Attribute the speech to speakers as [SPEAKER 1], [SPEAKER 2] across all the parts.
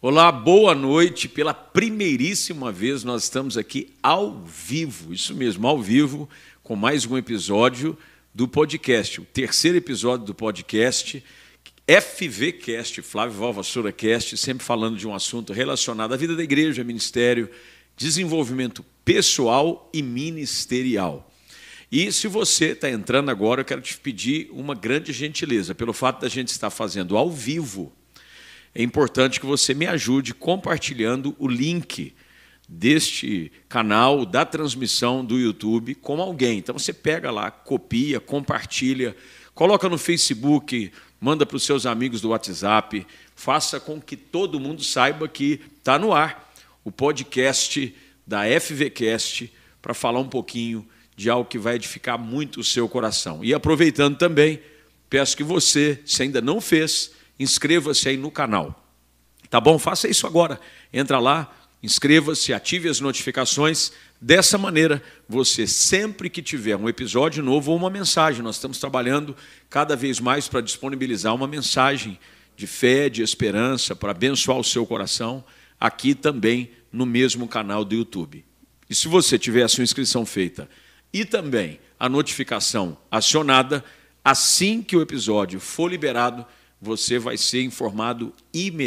[SPEAKER 1] Olá, boa noite. Pela primeiríssima vez nós estamos aqui ao vivo, isso mesmo, ao vivo, com mais um episódio do podcast, o terceiro episódio do podcast FVCast, Flávio Valvassoura Cast, sempre falando de um assunto relacionado à vida da igreja, ministério, desenvolvimento pessoal e ministerial. E se você está entrando agora, eu quero te pedir uma grande gentileza. Pelo fato da gente estar fazendo ao vivo, é importante que você me ajude compartilhando o link deste canal, da transmissão do YouTube com alguém. Então você pega lá, copia, compartilha, coloca no Facebook, manda para os seus amigos do WhatsApp, faça com que todo mundo saiba que está no ar o podcast da FVCast para falar um pouquinho de algo que vai edificar muito o seu coração. E aproveitando também, peço que você, se ainda não fez, inscreva-se aí no canal. Tá bom? Faça isso agora. Entra lá, inscreva-se, ative as notificações. Dessa maneira, você sempre que tiver um episódio novo ou uma mensagem, nós estamos trabalhando cada vez mais para disponibilizar uma mensagem de fé, de esperança, para abençoar o seu coração, aqui também no mesmo canal do YouTube. E se você tiver a sua inscrição feita, e também a notificação acionada. Assim que o episódio for liberado, você vai ser informado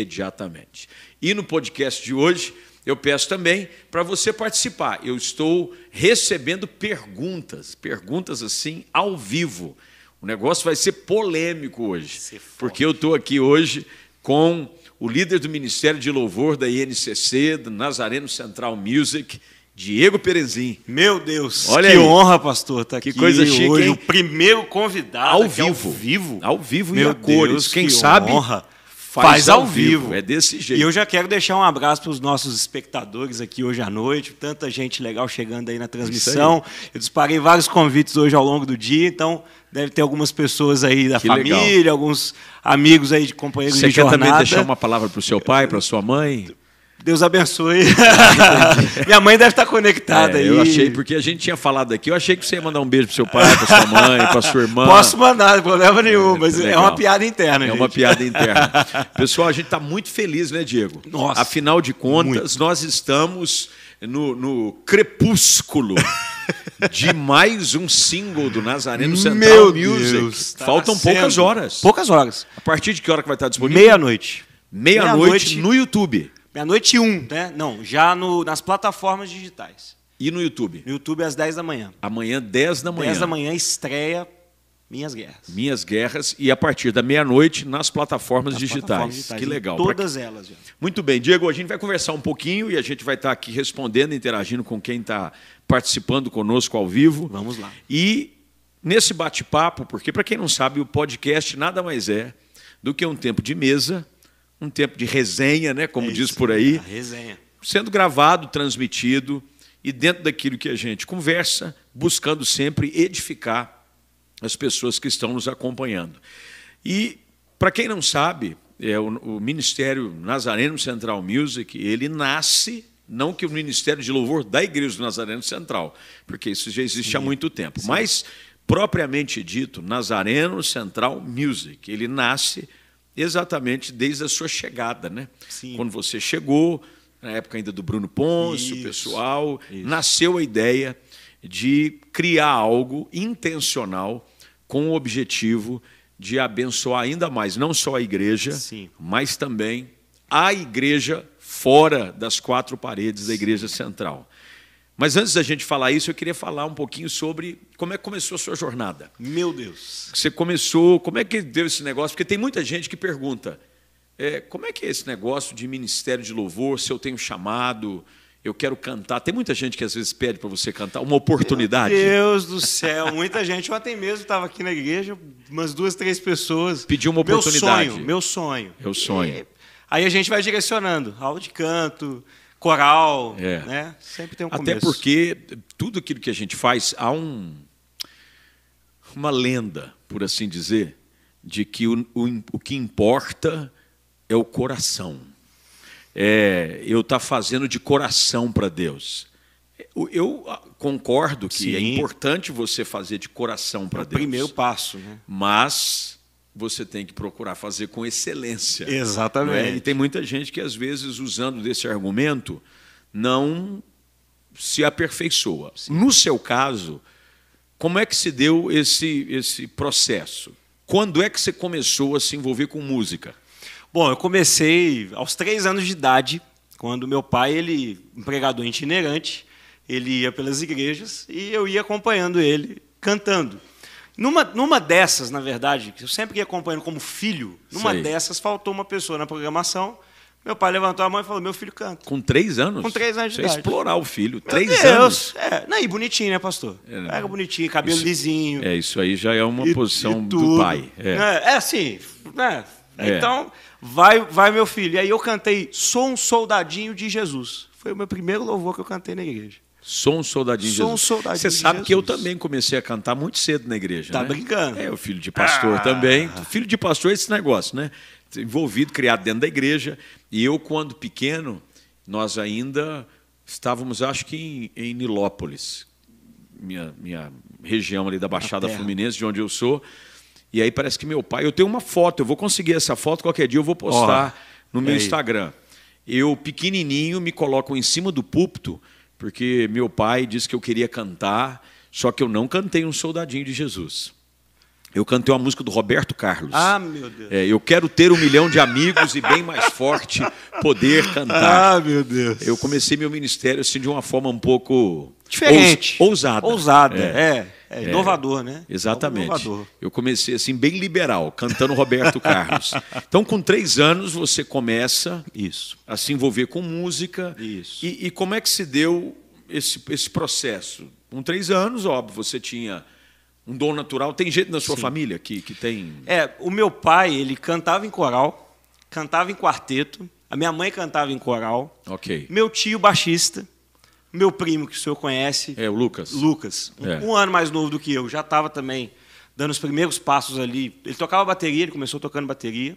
[SPEAKER 1] imediatamente. E no podcast de hoje, eu peço também para você participar. Eu estou recebendo perguntas, perguntas assim ao vivo. O negócio vai ser polêmico hoje,
[SPEAKER 2] ser forte.
[SPEAKER 1] porque eu estou aqui hoje com o líder do Ministério de Louvor da INCC, do Nazareno Central Music, Diego Perezin.
[SPEAKER 2] Meu Deus,
[SPEAKER 1] Olha
[SPEAKER 2] que
[SPEAKER 1] aí.
[SPEAKER 2] honra, pastor, tá
[SPEAKER 1] Que
[SPEAKER 2] aqui
[SPEAKER 1] coisa chique,
[SPEAKER 2] hoje,
[SPEAKER 1] hein?
[SPEAKER 2] o primeiro convidado
[SPEAKER 1] Ao
[SPEAKER 2] aqui
[SPEAKER 1] vivo.
[SPEAKER 2] ao vivo.
[SPEAKER 1] Ao vivo e
[SPEAKER 2] Meu
[SPEAKER 1] a cores.
[SPEAKER 2] Deus,
[SPEAKER 1] Quem
[SPEAKER 2] que
[SPEAKER 1] sabe
[SPEAKER 2] honra. Faz ao vivo.
[SPEAKER 1] É desse
[SPEAKER 2] E
[SPEAKER 1] jeito.
[SPEAKER 2] eu já quero deixar um abraço para os nossos espectadores aqui hoje à noite, tanta gente legal chegando aí na transmissão. Eu disparei vários convites hoje ao longo do dia, então deve ter algumas pessoas aí da
[SPEAKER 1] Que legal.
[SPEAKER 2] família, alguns amigos aí de companheiros
[SPEAKER 1] Você
[SPEAKER 2] de
[SPEAKER 1] quer
[SPEAKER 2] jornada.
[SPEAKER 1] também deixar uma palavra para o seu pai, para sua mãe?
[SPEAKER 2] Deus abençoe. Minha mãe deve estar conectada
[SPEAKER 1] É,
[SPEAKER 2] aí.
[SPEAKER 1] eu achei, porque a gente tinha falado aqui, eu achei que você ia mandar um beijo para seu pai, para sua mãe, para sua irmã. tá
[SPEAKER 2] Posso mandar, problema nenhum, mas é
[SPEAKER 1] legal.
[SPEAKER 2] uma piada interna,
[SPEAKER 1] É
[SPEAKER 2] gente.
[SPEAKER 1] uma piada interna. Pessoal, a gente está muito feliz, né, Diego?
[SPEAKER 2] Nossa,
[SPEAKER 1] Afinal de contas, nós estamos no, no crepúsculo de mais um single do Nazareno Central
[SPEAKER 2] Meu
[SPEAKER 1] Music.
[SPEAKER 2] Deus, tá
[SPEAKER 1] Faltam
[SPEAKER 2] sendo-
[SPEAKER 1] poucas horas.
[SPEAKER 2] Poucas horas. Hum.
[SPEAKER 1] A partir de que hora que vai estar disponível?
[SPEAKER 2] Meia-noite.
[SPEAKER 1] Meia-noite
[SPEAKER 2] meia-noite.
[SPEAKER 1] no YouTube.
[SPEAKER 2] Meia-noite e um, né? Não, já no- nas plataformas digitais.
[SPEAKER 1] E no YouTube?
[SPEAKER 2] No YouTube às 10 da manhã.
[SPEAKER 1] Amanhã, 10 da manhã.
[SPEAKER 2] 10 da manhã estreia Minhas Guerras.
[SPEAKER 1] Minhas Guerras. E a partir da meia-noite nas plataformas,
[SPEAKER 2] Nas
[SPEAKER 1] digitais.
[SPEAKER 2] plataformas
[SPEAKER 1] Que
[SPEAKER 2] em
[SPEAKER 1] legal. Pra
[SPEAKER 2] Todas elas, gente.
[SPEAKER 1] Muito bem, Diego, a gente vai conversar um pouquinho e a gente vai estar aqui respondendo, interagindo com quem está participando conosco ao vivo.
[SPEAKER 2] Vamos lá.
[SPEAKER 1] E nesse bate-papo, porque para quem não sabe, o podcast nada mais é do que um tempo de mesa, um tempo de resenha, né, como
[SPEAKER 2] É
[SPEAKER 1] diz
[SPEAKER 2] isso.
[SPEAKER 1] por aí,
[SPEAKER 2] A resenha.
[SPEAKER 1] sendo gravado, transmitido e dentro daquilo que a gente conversa, buscando sempre edificar as pessoas que estão nos acompanhando. E para quem não sabe, é, o, o Ministério Nazareno Central Music, ele nasce não que o Ministério de Louvor da Igreja do Nazareno Central, porque isso já existe há muito tempo, mas propriamente dito, Nazareno Central Music, ele nasce exatamente desde a sua chegada, né?
[SPEAKER 2] Sim.
[SPEAKER 1] Quando você chegou, na época ainda do Bruno Ponce, o
[SPEAKER 2] Isso.
[SPEAKER 1] pessoal,
[SPEAKER 2] Isso.
[SPEAKER 1] nasceu a ideia de criar algo intencional com o objetivo de abençoar ainda mais não só a igreja,
[SPEAKER 2] Sim.
[SPEAKER 1] mas também a igreja fora das quatro paredes da igreja central. Mas antes da gente falar isso, eu queria falar um pouquinho sobre como é que começou a sua jornada.
[SPEAKER 2] Meu Deus.
[SPEAKER 1] Você começou, como é que deu esse negócio? Porque tem muita gente que pergunta, é, como é que é esse negócio de ministério de louvor, se eu tenho chamado, eu quero cantar? Tem muita gente que às vezes pede para você cantar, uma oportunidade.
[SPEAKER 2] Deus do céu, muita gente. Ontem mesmo estava aqui na igreja, umas duas, três pessoas.
[SPEAKER 1] Pediu uma oportunidade.
[SPEAKER 2] Meu sonho, meu sonho.
[SPEAKER 1] É o sonho.
[SPEAKER 2] Aí a gente vai direcionando. Aula de canto, coral,
[SPEAKER 1] É.
[SPEAKER 2] né? Sempre tem um
[SPEAKER 1] Até
[SPEAKER 2] começo.
[SPEAKER 1] porque tudo aquilo que a gente faz, há um, uma lenda, por assim dizer, de que o, o, o que importa é o coração. É, eu estar fazendo de coração para Deus. Eu, eu, ah, concordo que é
[SPEAKER 2] Sim. É
[SPEAKER 1] importante você fazer de coração para
[SPEAKER 2] O
[SPEAKER 1] Deus.
[SPEAKER 2] primeiro passo, né?
[SPEAKER 1] Mas você tem que procurar fazer com excelência.
[SPEAKER 2] É, Exatamente.
[SPEAKER 1] né? E tem muita gente que, às vezes, usando desse argumento, não se aperfeiçoa. No seu caso, como é que se deu esse, esse processo? Quando é que você começou a se envolver com música?
[SPEAKER 2] Bom, eu comecei aos três anos de idade, quando meu pai, ele empregador itinerante, ele ia pelas igrejas e eu ia acompanhando ele cantando. Numa, numa dessas, na verdade, que eu sempre ia acompanhando como filho, numa
[SPEAKER 1] Sei.
[SPEAKER 2] dessas faltou uma pessoa na programação. Meu pai levantou a mão e falou: Meu filho canta.
[SPEAKER 1] Com três anos?
[SPEAKER 2] Com três anos de
[SPEAKER 1] Você
[SPEAKER 2] idade.
[SPEAKER 1] explorar o filho.
[SPEAKER 2] Meu
[SPEAKER 1] três
[SPEAKER 2] Deus!
[SPEAKER 1] anos.
[SPEAKER 2] É, não, e bonitinho, né, pastor?
[SPEAKER 1] É,
[SPEAKER 2] Era bonitinho, cabelo
[SPEAKER 1] Isso-
[SPEAKER 2] lisinho.
[SPEAKER 1] É, isso aí já é uma
[SPEAKER 2] e-
[SPEAKER 1] posição
[SPEAKER 2] e
[SPEAKER 1] do
[SPEAKER 2] tudo.
[SPEAKER 1] pai. É.
[SPEAKER 2] É, é assim, né?
[SPEAKER 1] É.
[SPEAKER 2] Então, vai, vai meu filho. E aí eu cantei Sou um Soldadinho de Jesus. Foi o meu primeiro louvor que eu cantei na igreja.
[SPEAKER 1] Sou um soldadinho de
[SPEAKER 2] Sou um
[SPEAKER 1] Jesus.
[SPEAKER 2] soldadinho
[SPEAKER 1] Você
[SPEAKER 2] de
[SPEAKER 1] sabe que eu
[SPEAKER 2] Jesus.
[SPEAKER 1] também comecei a cantar muito cedo na igreja.
[SPEAKER 2] Tá
[SPEAKER 1] né?
[SPEAKER 2] brincando. Ah.
[SPEAKER 1] É, o filho de pastor também. Filho de pastor é esse negócio, né? Envolvido, criado dentro da igreja. E eu, quando pequeno, nós ainda estávamos, acho que em, em Nilópolis, minha, minha região ali da Baixada
[SPEAKER 2] terra.
[SPEAKER 1] Fluminense, de onde eu sou. E aí parece que meu pai. Eu tenho uma foto, eu vou conseguir essa foto, qualquer dia eu vou postar no meu
[SPEAKER 2] aí.
[SPEAKER 1] Instagram. Eu, pequenininho, me colocam em cima do púlpito, porque meu pai disse que eu queria cantar, só que eu não cantei um Soldadinho de Jesus. Eu cantei uma música do Roberto Carlos.
[SPEAKER 2] Ah, meu Deus.
[SPEAKER 1] É, eu quero ter um milhão de amigos e bem mais forte poder cantar.
[SPEAKER 2] Ah, meu Deus.
[SPEAKER 1] Eu comecei meu ministério assim de uma forma um pouco
[SPEAKER 2] Diferente.
[SPEAKER 1] ous- ousada.
[SPEAKER 2] Ousada, é. é, inovador, né?
[SPEAKER 1] Exatamente.
[SPEAKER 2] Inovador.
[SPEAKER 1] Eu comecei assim bem liberal, cantando Roberto Carlos. Então, com três anos você começa
[SPEAKER 2] Isso.
[SPEAKER 1] a se envolver com música.
[SPEAKER 2] Isso.
[SPEAKER 1] E, e como é que se deu esse, esse processo? Com três anos, óbvio, você tinha um dom natural. Tem gente na sua família que, que tem
[SPEAKER 2] É, o meu pai, ele cantava em coral, cantava em quarteto, a minha mãe cantava em coral,
[SPEAKER 1] Ok.
[SPEAKER 2] meu tio baixista, meu primo que o senhor conhece,
[SPEAKER 1] É, o Lucas.
[SPEAKER 2] Lucas, um,
[SPEAKER 1] É.
[SPEAKER 2] um ano mais novo do que eu, já estava também dando os primeiros passos ali. Ele tocava bateria, ele começou tocando bateria.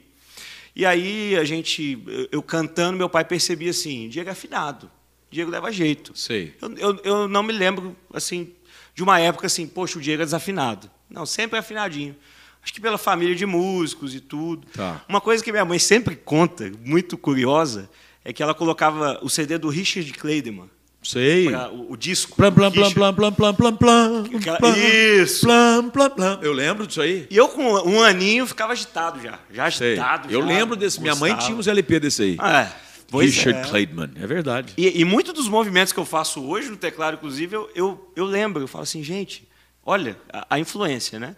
[SPEAKER 2] E aí a gente, eu, eu cantando, meu pai percebia assim, Diego é afinado, Diego leva jeito.
[SPEAKER 1] Sei.
[SPEAKER 2] Eu, eu, eu não me lembro assim de uma época assim, poxa, o Diego é desafinado. Não, sempre é afinadinho. Acho que pela família de músicos e tudo.
[SPEAKER 1] Tá.
[SPEAKER 2] Uma coisa que minha mãe sempre conta, muito curiosa, é que ela colocava o CD do Richard Clayderman,
[SPEAKER 1] Sei.
[SPEAKER 2] pra- o, o disco.
[SPEAKER 1] Plam, plam, plam,
[SPEAKER 2] Richard-
[SPEAKER 1] plam, plam, plam, plam, plam,
[SPEAKER 2] Aquela-
[SPEAKER 1] plam,
[SPEAKER 2] Isso.
[SPEAKER 1] Plam, plam, plam. Eu lembro disso aí.
[SPEAKER 2] E eu com um aninho ficava agitado já. Já
[SPEAKER 1] Sei.
[SPEAKER 2] agitado.
[SPEAKER 1] Eu
[SPEAKER 2] já
[SPEAKER 1] lembro desse. Minha mãe
[SPEAKER 2] gostava.
[SPEAKER 1] tinha uns LP desse aí.
[SPEAKER 2] Ah, é. Pois
[SPEAKER 1] Richard
[SPEAKER 2] é.
[SPEAKER 1] Clayman. É verdade.
[SPEAKER 2] E, e muitos dos movimentos que eu faço hoje no teclado, inclusive, eu, eu, eu lembro. Eu falo assim, gente, olha a, a influência, né?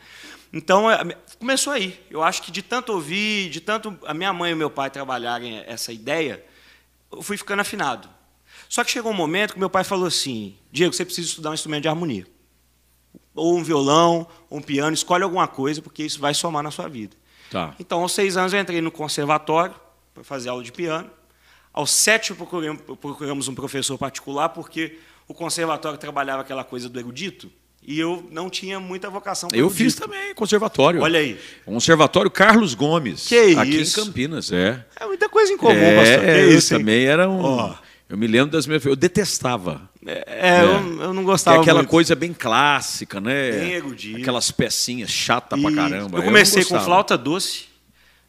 [SPEAKER 2] Então, é, a mi- começou aí. Eu acho que de tanto ouvir, de tanto a minha mãe e meu pai trabalharem essa ideia, eu fui ficando afinado. Só que chegou um momento que meu pai falou assim, Diego, você precisa estudar um instrumento de harmonia. Ou um violão, ou um piano, escolhe alguma coisa, porque isso vai somar na sua vida.
[SPEAKER 1] Tá.
[SPEAKER 2] Então, aos seis anos, eu entrei no conservatório para fazer aula de piano. Aos sete, eu procurei um- procuramos um professor particular, porque o conservatório trabalhava aquela coisa do erudito, e eu não tinha muita vocação para
[SPEAKER 1] Eu fiz também, conservatório.
[SPEAKER 2] Olha aí.
[SPEAKER 1] Conservatório Carlos Gomes.
[SPEAKER 2] Que
[SPEAKER 1] aqui
[SPEAKER 2] isso.
[SPEAKER 1] em Campinas, é.
[SPEAKER 2] É muita coisa em comum,
[SPEAKER 1] é,
[SPEAKER 2] pastor. Que
[SPEAKER 1] eu
[SPEAKER 2] isso, hein?
[SPEAKER 1] também era um.
[SPEAKER 2] Ó.
[SPEAKER 1] Eu me lembro das minhas. Eu detestava.
[SPEAKER 2] É, é, Eu, eu não
[SPEAKER 1] Que é
[SPEAKER 2] gostava
[SPEAKER 1] aquela
[SPEAKER 2] muito.
[SPEAKER 1] coisa bem clássica, né?
[SPEAKER 2] Bem erudita.
[SPEAKER 1] Aquelas pecinhas chata Tá pra
[SPEAKER 2] E
[SPEAKER 1] caramba.
[SPEAKER 2] Eu comecei com
[SPEAKER 1] não gostava.
[SPEAKER 2] flauta doce,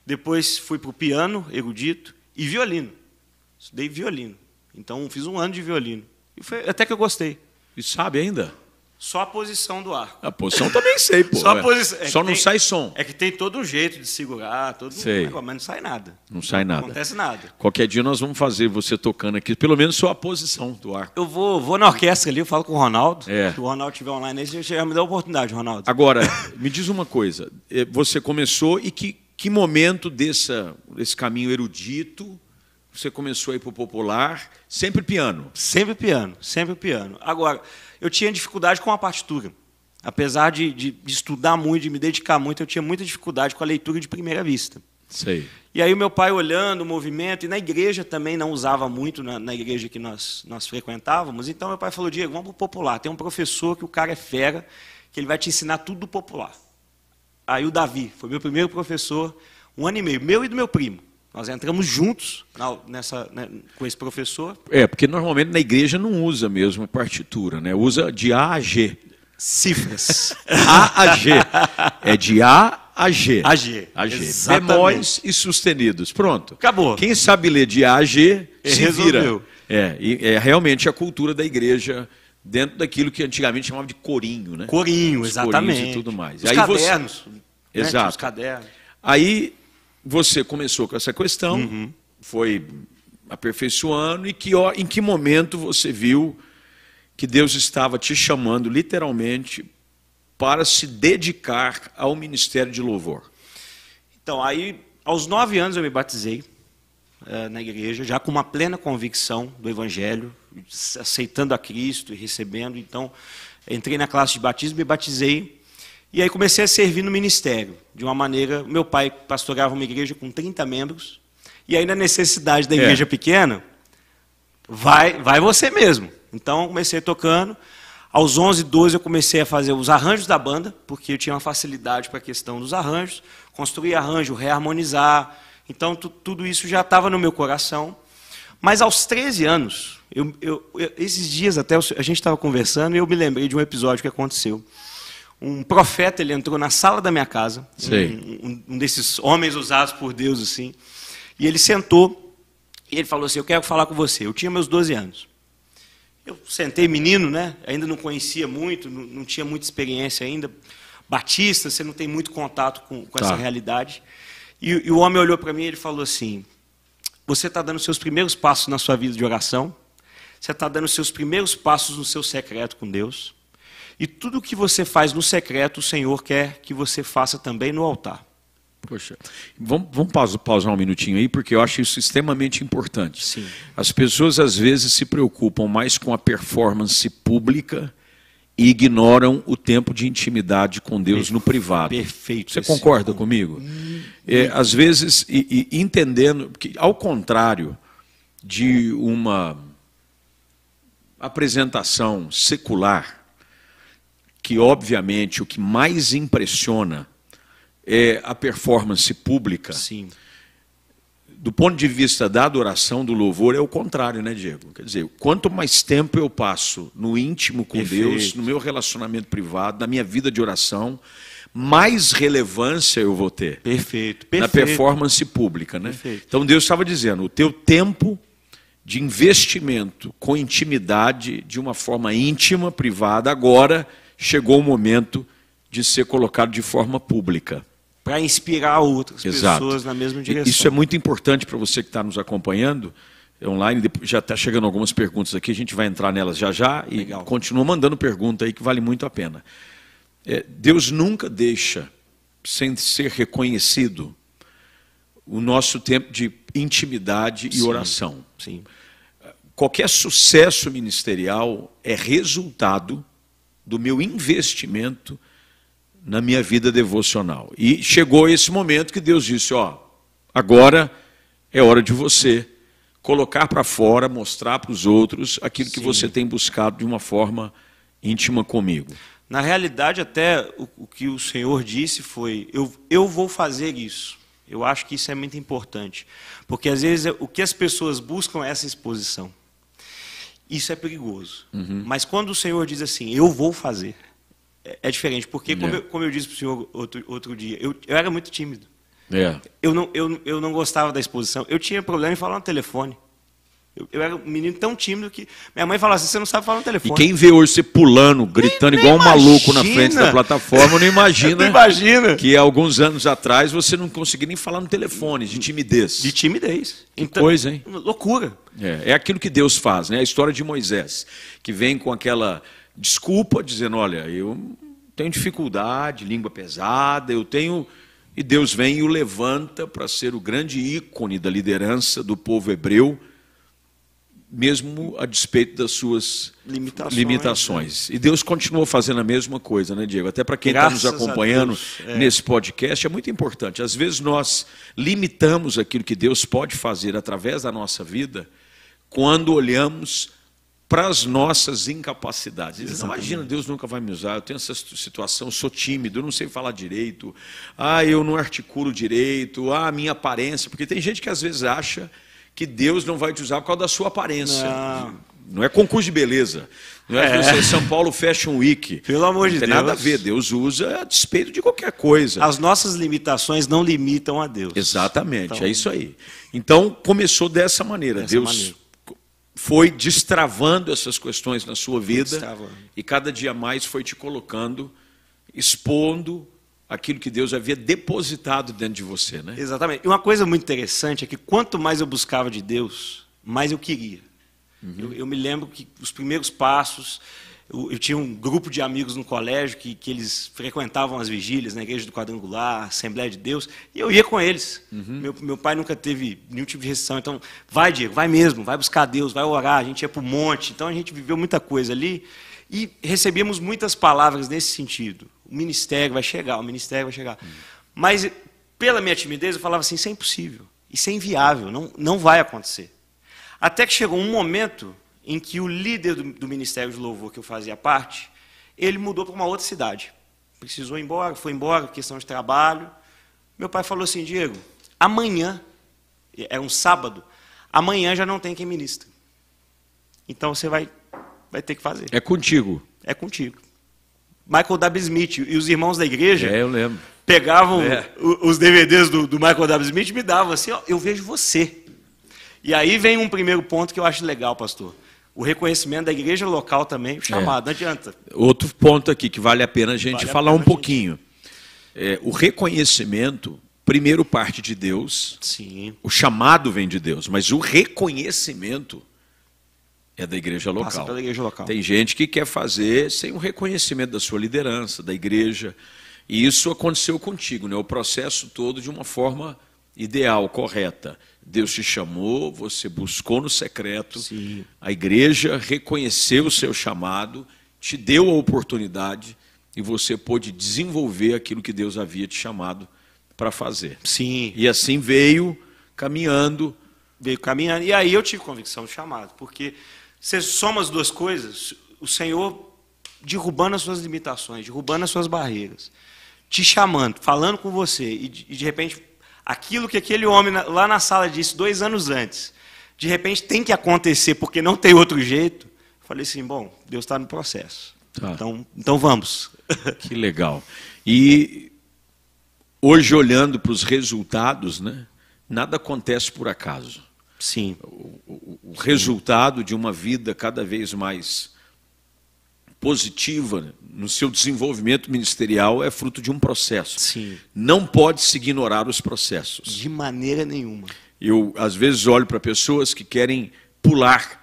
[SPEAKER 2] depois fui para o piano, erudito, e violino. Estudei violino. Então, fiz um ano de violino. E foi até que eu gostei.
[SPEAKER 1] E sabe ainda?
[SPEAKER 2] Só a posição do arco.
[SPEAKER 1] A posição também sei, pô.
[SPEAKER 2] Só a
[SPEAKER 1] É.
[SPEAKER 2] posição- é
[SPEAKER 1] Só
[SPEAKER 2] que
[SPEAKER 1] não
[SPEAKER 2] tem-
[SPEAKER 1] sai som.
[SPEAKER 2] É que tem todo um jeito de segurar, todo um
[SPEAKER 1] Sei.
[SPEAKER 2] negócio, mas não sai nada.
[SPEAKER 1] Não sai
[SPEAKER 2] Não
[SPEAKER 1] nada.
[SPEAKER 2] acontece nada.
[SPEAKER 1] Qualquer dia nós vamos fazer você tocando aqui, pelo menos só a posição do arco.
[SPEAKER 2] Eu vou, vou na orquestra ali, eu falo com o Ronaldo.
[SPEAKER 1] É.
[SPEAKER 2] Se o Ronaldo estiver online, ele já me dá a oportunidade, Ronaldo.
[SPEAKER 1] Agora, me diz uma coisa. eh, Você começou e que, que momento dessa, desse caminho erudito você começou a ir para o popular? Sempre piano.
[SPEAKER 2] Sempre piano, sempre piano. Agora, eu tinha dificuldade com a partitura. Apesar de, de- de estudar muito, de me dedicar muito, eu tinha muita dificuldade com a leitura de primeira vista.
[SPEAKER 1] Sei.
[SPEAKER 2] E aí o meu pai olhando o movimento, e na igreja também não usava muito, na, na igreja que nós, nós frequentávamos. Então meu pai falou, Diego, vamos pro popular. Tem um professor que o cara é fera, que ele vai te ensinar tudo do popular. Aí o Davi, foi meu primeiro professor, um ano e meio, meu e do meu primo. Nós entramos juntos na- nessa, né, com esse professor.
[SPEAKER 1] É, porque normalmente na igreja não usa mesmo a partitura, né? Usa de A a G.
[SPEAKER 2] Cifras.
[SPEAKER 1] A a G. É de A AG.
[SPEAKER 2] AG.
[SPEAKER 1] AG.
[SPEAKER 2] Exatamente.
[SPEAKER 1] Bemóis e sustenidos. Pronto.
[SPEAKER 2] Acabou.
[SPEAKER 1] Quem sabe ler de AG
[SPEAKER 2] É,
[SPEAKER 1] se
[SPEAKER 2] resolveu.
[SPEAKER 1] vira. É, e é realmente a cultura da igreja dentro daquilo que antigamente chamava de corinho, né?
[SPEAKER 2] Corinho,
[SPEAKER 1] Os corinhos
[SPEAKER 2] exatamente.
[SPEAKER 1] e tudo mais.
[SPEAKER 2] Os
[SPEAKER 1] Aí você-
[SPEAKER 2] cadernos. né? Tinha Os
[SPEAKER 1] Exato.
[SPEAKER 2] cadernos.
[SPEAKER 1] Aí você começou com essa questão, foi aperfeiçoando, e que, ho- em que momento você viu que Deus estava te chamando, literalmente, para se dedicar ao ministério de louvor?
[SPEAKER 2] Então, aí, aos nove anos eu me batizei eh, na igreja, já com uma plena convicção do evangelho, s- aceitando a Cristo e recebendo. Então, entrei na classe de batismo, me batizei. E aí comecei a servir no ministério, de uma maneira... Meu pai pastorava uma igreja com 30 membros, e aí na necessidade da
[SPEAKER 1] É.
[SPEAKER 2] igreja pequena, vai, vai você mesmo. Então, eu comecei tocando. Aos 11, 12, eu comecei a fazer os arranjos da banda, porque eu tinha uma facilidade para a questão dos arranjos, construir arranjo, reharmonizar. Então, tu- tudo isso já estava no meu coração. Mas aos 13 anos, eu- eu- eu- esses dias até eu- a gente estava conversando e eu me lembrei de um episódio que aconteceu. Um profeta ele entrou na sala da minha casa,
[SPEAKER 1] Sei.
[SPEAKER 2] um- um, um desses homens usados por Deus assim. E ele sentou e ele falou assim: Eu quero falar com você. Eu tinha meus 12 anos. Eu sentei menino, né? Ainda não conhecia muito, não, não tinha muita experiência ainda. Batista, você não tem muito contato com, com
[SPEAKER 1] Tá.
[SPEAKER 2] essa realidade. E, e o homem olhou para mim e ele falou assim: Você está dando seus primeiros passos na sua vida de oração. Você está dando seus primeiros passos no seu secreto com Deus. E tudo que você faz no secreto, o Senhor quer que você faça também no altar.
[SPEAKER 1] Poxa. Vamos, vamos pausa- pausar um minutinho aí, porque eu acho isso extremamente importante.
[SPEAKER 2] Sim.
[SPEAKER 1] As pessoas às vezes se preocupam mais com a performance pública e ignoram o tempo de intimidade com Deus no privado.
[SPEAKER 2] Ah, Perfeito.
[SPEAKER 1] Você
[SPEAKER 2] esse-
[SPEAKER 1] concorda comigo? É, às vezes, e- e entendendo que, ao contrário de uma apresentação secular, que obviamente o que mais impressiona é a performance pública,
[SPEAKER 2] Sim.
[SPEAKER 1] do ponto de vista da adoração, do louvor, é o contrário, né, Diego? Quer dizer, quanto mais tempo eu passo no íntimo com
[SPEAKER 2] Perfeito.
[SPEAKER 1] Deus, no meu relacionamento privado, na minha vida de oração, mais relevância eu vou ter
[SPEAKER 2] Perfeito.
[SPEAKER 1] na
[SPEAKER 2] Perfeito.
[SPEAKER 1] performance pública, né?
[SPEAKER 2] Perfeito.
[SPEAKER 1] Então Deus estava dizendo: o teu tempo de investimento com intimidade, de uma forma íntima, privada, agora chegou o momento de ser colocado de forma pública.
[SPEAKER 2] Para inspirar outras
[SPEAKER 1] Exato.
[SPEAKER 2] pessoas na mesma
[SPEAKER 1] E-
[SPEAKER 2] direção.
[SPEAKER 1] Isso é muito importante para você que está nos acompanhando é online. Depo- Já está chegando algumas perguntas aqui, a gente vai entrar nelas já já e
[SPEAKER 2] Legal.
[SPEAKER 1] continua mandando pergunta aí que vale muito a pena. É, Deus nunca deixa, sem ser reconhecido, o nosso tempo de intimidade e oração.
[SPEAKER 2] Sim.
[SPEAKER 1] Qualquer sucesso ministerial é resultado do meu investimento na minha vida devocional. E chegou esse momento que Deus disse: Ó, agora é hora de você colocar para fora, mostrar para os outros aquilo que você tem buscado de uma forma íntima comigo.
[SPEAKER 2] Na realidade, até o, o que o Senhor disse foi: eu, eu vou fazer isso. Eu acho que isso é muito importante. Porque às vezes é- o que as pessoas buscam é essa exposição. Isso é perigoso.
[SPEAKER 1] Uhum.
[SPEAKER 2] Mas quando o Senhor diz assim: eu vou fazer, é, é diferente. Porque, como,
[SPEAKER 1] É.
[SPEAKER 2] eu, como eu disse para o Senhor outro, outro dia, eu, eu era muito tímido.
[SPEAKER 1] É.
[SPEAKER 2] Eu não, eu, eu não gostava da exposição. Eu tinha problema em falar no telefone. Eu, eu era um menino tão tímido que minha mãe falava assim: você não sabe falar no
[SPEAKER 1] E
[SPEAKER 2] telefone.
[SPEAKER 1] quem vê hoje você pulando, gritando
[SPEAKER 2] nem
[SPEAKER 1] igual um maluco na
[SPEAKER 2] imagina.
[SPEAKER 1] frente da plataforma, não
[SPEAKER 2] Não
[SPEAKER 1] imagina
[SPEAKER 2] imagina.
[SPEAKER 1] que alguns anos atrás você não conseguia nem falar no telefone, de timidez.
[SPEAKER 2] De timidez. Então,
[SPEAKER 1] coisa, hein?
[SPEAKER 2] Loucura.
[SPEAKER 1] É, é aquilo que Deus faz, né? A história de Moisés, que vem com aquela desculpa, dizendo: Olha, eu tenho dificuldade, língua pesada, eu tenho. E Deus vem e o levanta para ser o grande ícone da liderança do povo hebreu, mesmo a despeito das suas
[SPEAKER 2] Limitações, né?
[SPEAKER 1] limitações. E Deus continua fazendo a mesma coisa, né, Diego? Até para quem está nos
[SPEAKER 2] Graças a
[SPEAKER 1] acompanhando
[SPEAKER 2] Deus, é.
[SPEAKER 1] nesse podcast, é muito importante. Às vezes nós limitamos aquilo que Deus pode fazer através da nossa vida quando olhamos para as nossas incapacidades. Diz, Não, imagina, Deus nunca vai me usar, eu tenho essa situ- situação, eu sou tímido, eu não sei falar direito, ah, eu não articulo direito, ah, minha aparência, porque tem gente que às vezes acha que Deus não vai te usar por causa da sua aparência.
[SPEAKER 2] Não.
[SPEAKER 1] Não é concurso de beleza. Não é. você São Paulo Fashion Week.
[SPEAKER 2] Pelo amor
[SPEAKER 1] não
[SPEAKER 2] de
[SPEAKER 1] tem
[SPEAKER 2] Deus.
[SPEAKER 1] nada a ver. Deus usa a despeito de qualquer coisa.
[SPEAKER 2] As nossas limitações não limitam a Deus.
[SPEAKER 1] Exatamente,
[SPEAKER 2] Então-
[SPEAKER 1] é isso aí. Então começou dessa maneira.
[SPEAKER 2] Dessa
[SPEAKER 1] Deus
[SPEAKER 2] maneira.
[SPEAKER 1] foi destravando essas questões na sua vida
[SPEAKER 2] destravando.
[SPEAKER 1] e cada dia mais foi te colocando, expondo aquilo que Deus havia depositado dentro de você, né?
[SPEAKER 2] Exatamente. E uma coisa muito interessante é que quanto mais eu buscava de Deus, mais eu queria. Uhum. Eu, eu me lembro que os primeiros passos, eu, eu tinha um grupo de amigos no colégio que, que eles frequentavam as vigílias na igreja do quadrangular, Assembleia de Deus, e eu ia com eles. Meu, meu pai nunca teve nenhum tipo de restrição, então vai, Diego, vai mesmo, vai buscar Deus, vai orar. A gente ia para o monte, então a gente viveu muita coisa ali e recebemos muitas palavras nesse sentido. O ministério vai chegar, o ministério vai chegar. Mas pela minha timidez, eu falava assim: isso é impossível, isso é inviável, não, não vai acontecer. Até que chegou um momento em que o líder do, do Ministério de Louvor, que eu fazia parte, ele mudou para uma outra cidade. Precisou ir embora, foi embora, questão de trabalho. Meu pai falou assim: Diego, amanhã, era um sábado, amanhã já não tem quem ministra. Então você vai, vai ter que fazer.
[SPEAKER 1] É contigo.
[SPEAKER 2] É contigo. Michael W. Smith e os irmãos da igreja
[SPEAKER 1] É, eu lembro.
[SPEAKER 2] pegavam
[SPEAKER 1] É.
[SPEAKER 2] o- os DVDs do, do Michael W. Smith e me davam assim, ó, eu vejo você. E aí vem um primeiro ponto que eu acho legal, pastor. O reconhecimento da igreja local também, chamado,
[SPEAKER 1] É.
[SPEAKER 2] não adianta.
[SPEAKER 1] Outro ponto aqui que vale a pena a gente
[SPEAKER 2] Vale a
[SPEAKER 1] falar
[SPEAKER 2] pena
[SPEAKER 1] um
[SPEAKER 2] a gente-
[SPEAKER 1] pouquinho. É, o reconhecimento, primeiro parte de Deus,
[SPEAKER 2] Sim,
[SPEAKER 1] O chamado vem de Deus, mas o reconhecimento é da igreja
[SPEAKER 2] passa
[SPEAKER 1] local.
[SPEAKER 2] pela igreja local.
[SPEAKER 1] Tem gente que quer fazer sem o reconhecimento da sua liderança, da igreja. E isso aconteceu contigo, né? o processo todo de uma forma ideal, correta. Deus te chamou, você buscou no secreto,
[SPEAKER 2] Sim.
[SPEAKER 1] a igreja reconheceu o seu chamado, te deu a oportunidade e você pôde desenvolver aquilo que Deus havia te chamado para fazer.
[SPEAKER 2] Sim,
[SPEAKER 1] E assim veio caminhando.
[SPEAKER 2] veio caminhando. E aí eu tive convicção do chamado, porque você soma as duas coisas, o Senhor derrubando as suas limitações, derrubando as suas barreiras, te chamando, falando com você, e de, e de repente, aquilo que aquele homem na- lá na sala disse dois anos antes, de repente tem que acontecer, porque não tem outro jeito. Eu falei assim, bom, Deus está no processo.
[SPEAKER 1] Tá.
[SPEAKER 2] Então, então vamos.
[SPEAKER 1] Que legal. E hoje, olhando para os resultados, né, nada acontece por acaso.
[SPEAKER 2] Sim,
[SPEAKER 1] O- O resultado de uma vida cada vez mais positiva no seu desenvolvimento ministerial é fruto de um processo.
[SPEAKER 2] Sim.
[SPEAKER 1] Não pode se ignorar os processos.
[SPEAKER 2] de maneira nenhuma.
[SPEAKER 1] Eu, às vezes, olho para pessoas que querem pular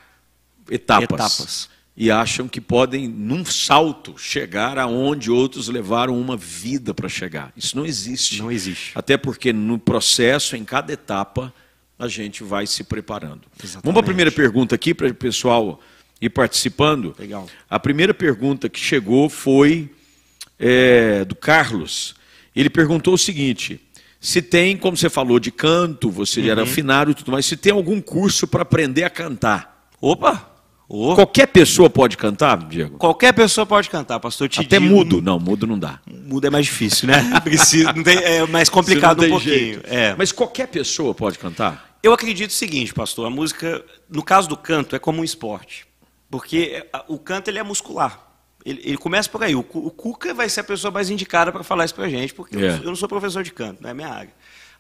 [SPEAKER 1] etapas,
[SPEAKER 2] Etapas.
[SPEAKER 1] e acham que podem, num salto, chegar aonde outros levaram uma vida para chegar. Isso não existe.
[SPEAKER 2] Não existe.
[SPEAKER 1] Até porque, no processo, em cada etapa, a gente vai se preparando.
[SPEAKER 2] Exatamente.
[SPEAKER 1] Vamos para a primeira pergunta aqui, para o pessoal ir participando.
[SPEAKER 2] Legal.
[SPEAKER 1] A primeira pergunta que chegou foi é, do Carlos. Ele perguntou o seguinte: se tem, como você falou, de canto, você já era afinado e tudo mais, se tem algum curso para aprender a cantar?
[SPEAKER 2] Opa! Ô,
[SPEAKER 1] Qualquer pessoa pode cantar, Diego?
[SPEAKER 2] Qualquer pessoa pode cantar, pastor. Eu Te
[SPEAKER 1] Até
[SPEAKER 2] digo,
[SPEAKER 1] mudo. Não, mudo não dá.
[SPEAKER 2] Muda é mais difícil, né? Precisa, não tem- é mais complicado
[SPEAKER 1] Você
[SPEAKER 2] um
[SPEAKER 1] não tem
[SPEAKER 2] pouquinho.
[SPEAKER 1] jeito.
[SPEAKER 2] É.
[SPEAKER 1] Mas qualquer pessoa pode cantar?
[SPEAKER 2] Eu acredito o seguinte, pastor, a música, no caso do canto, é como um esporte. Porque a- o canto ele é muscular. Ele, ele começa por aí. O, Cu- o Cuca vai ser a pessoa mais indicada para falar isso para gente, porque eu não
[SPEAKER 1] É.
[SPEAKER 2] sou- eu não sou professor de canto, não é minha área.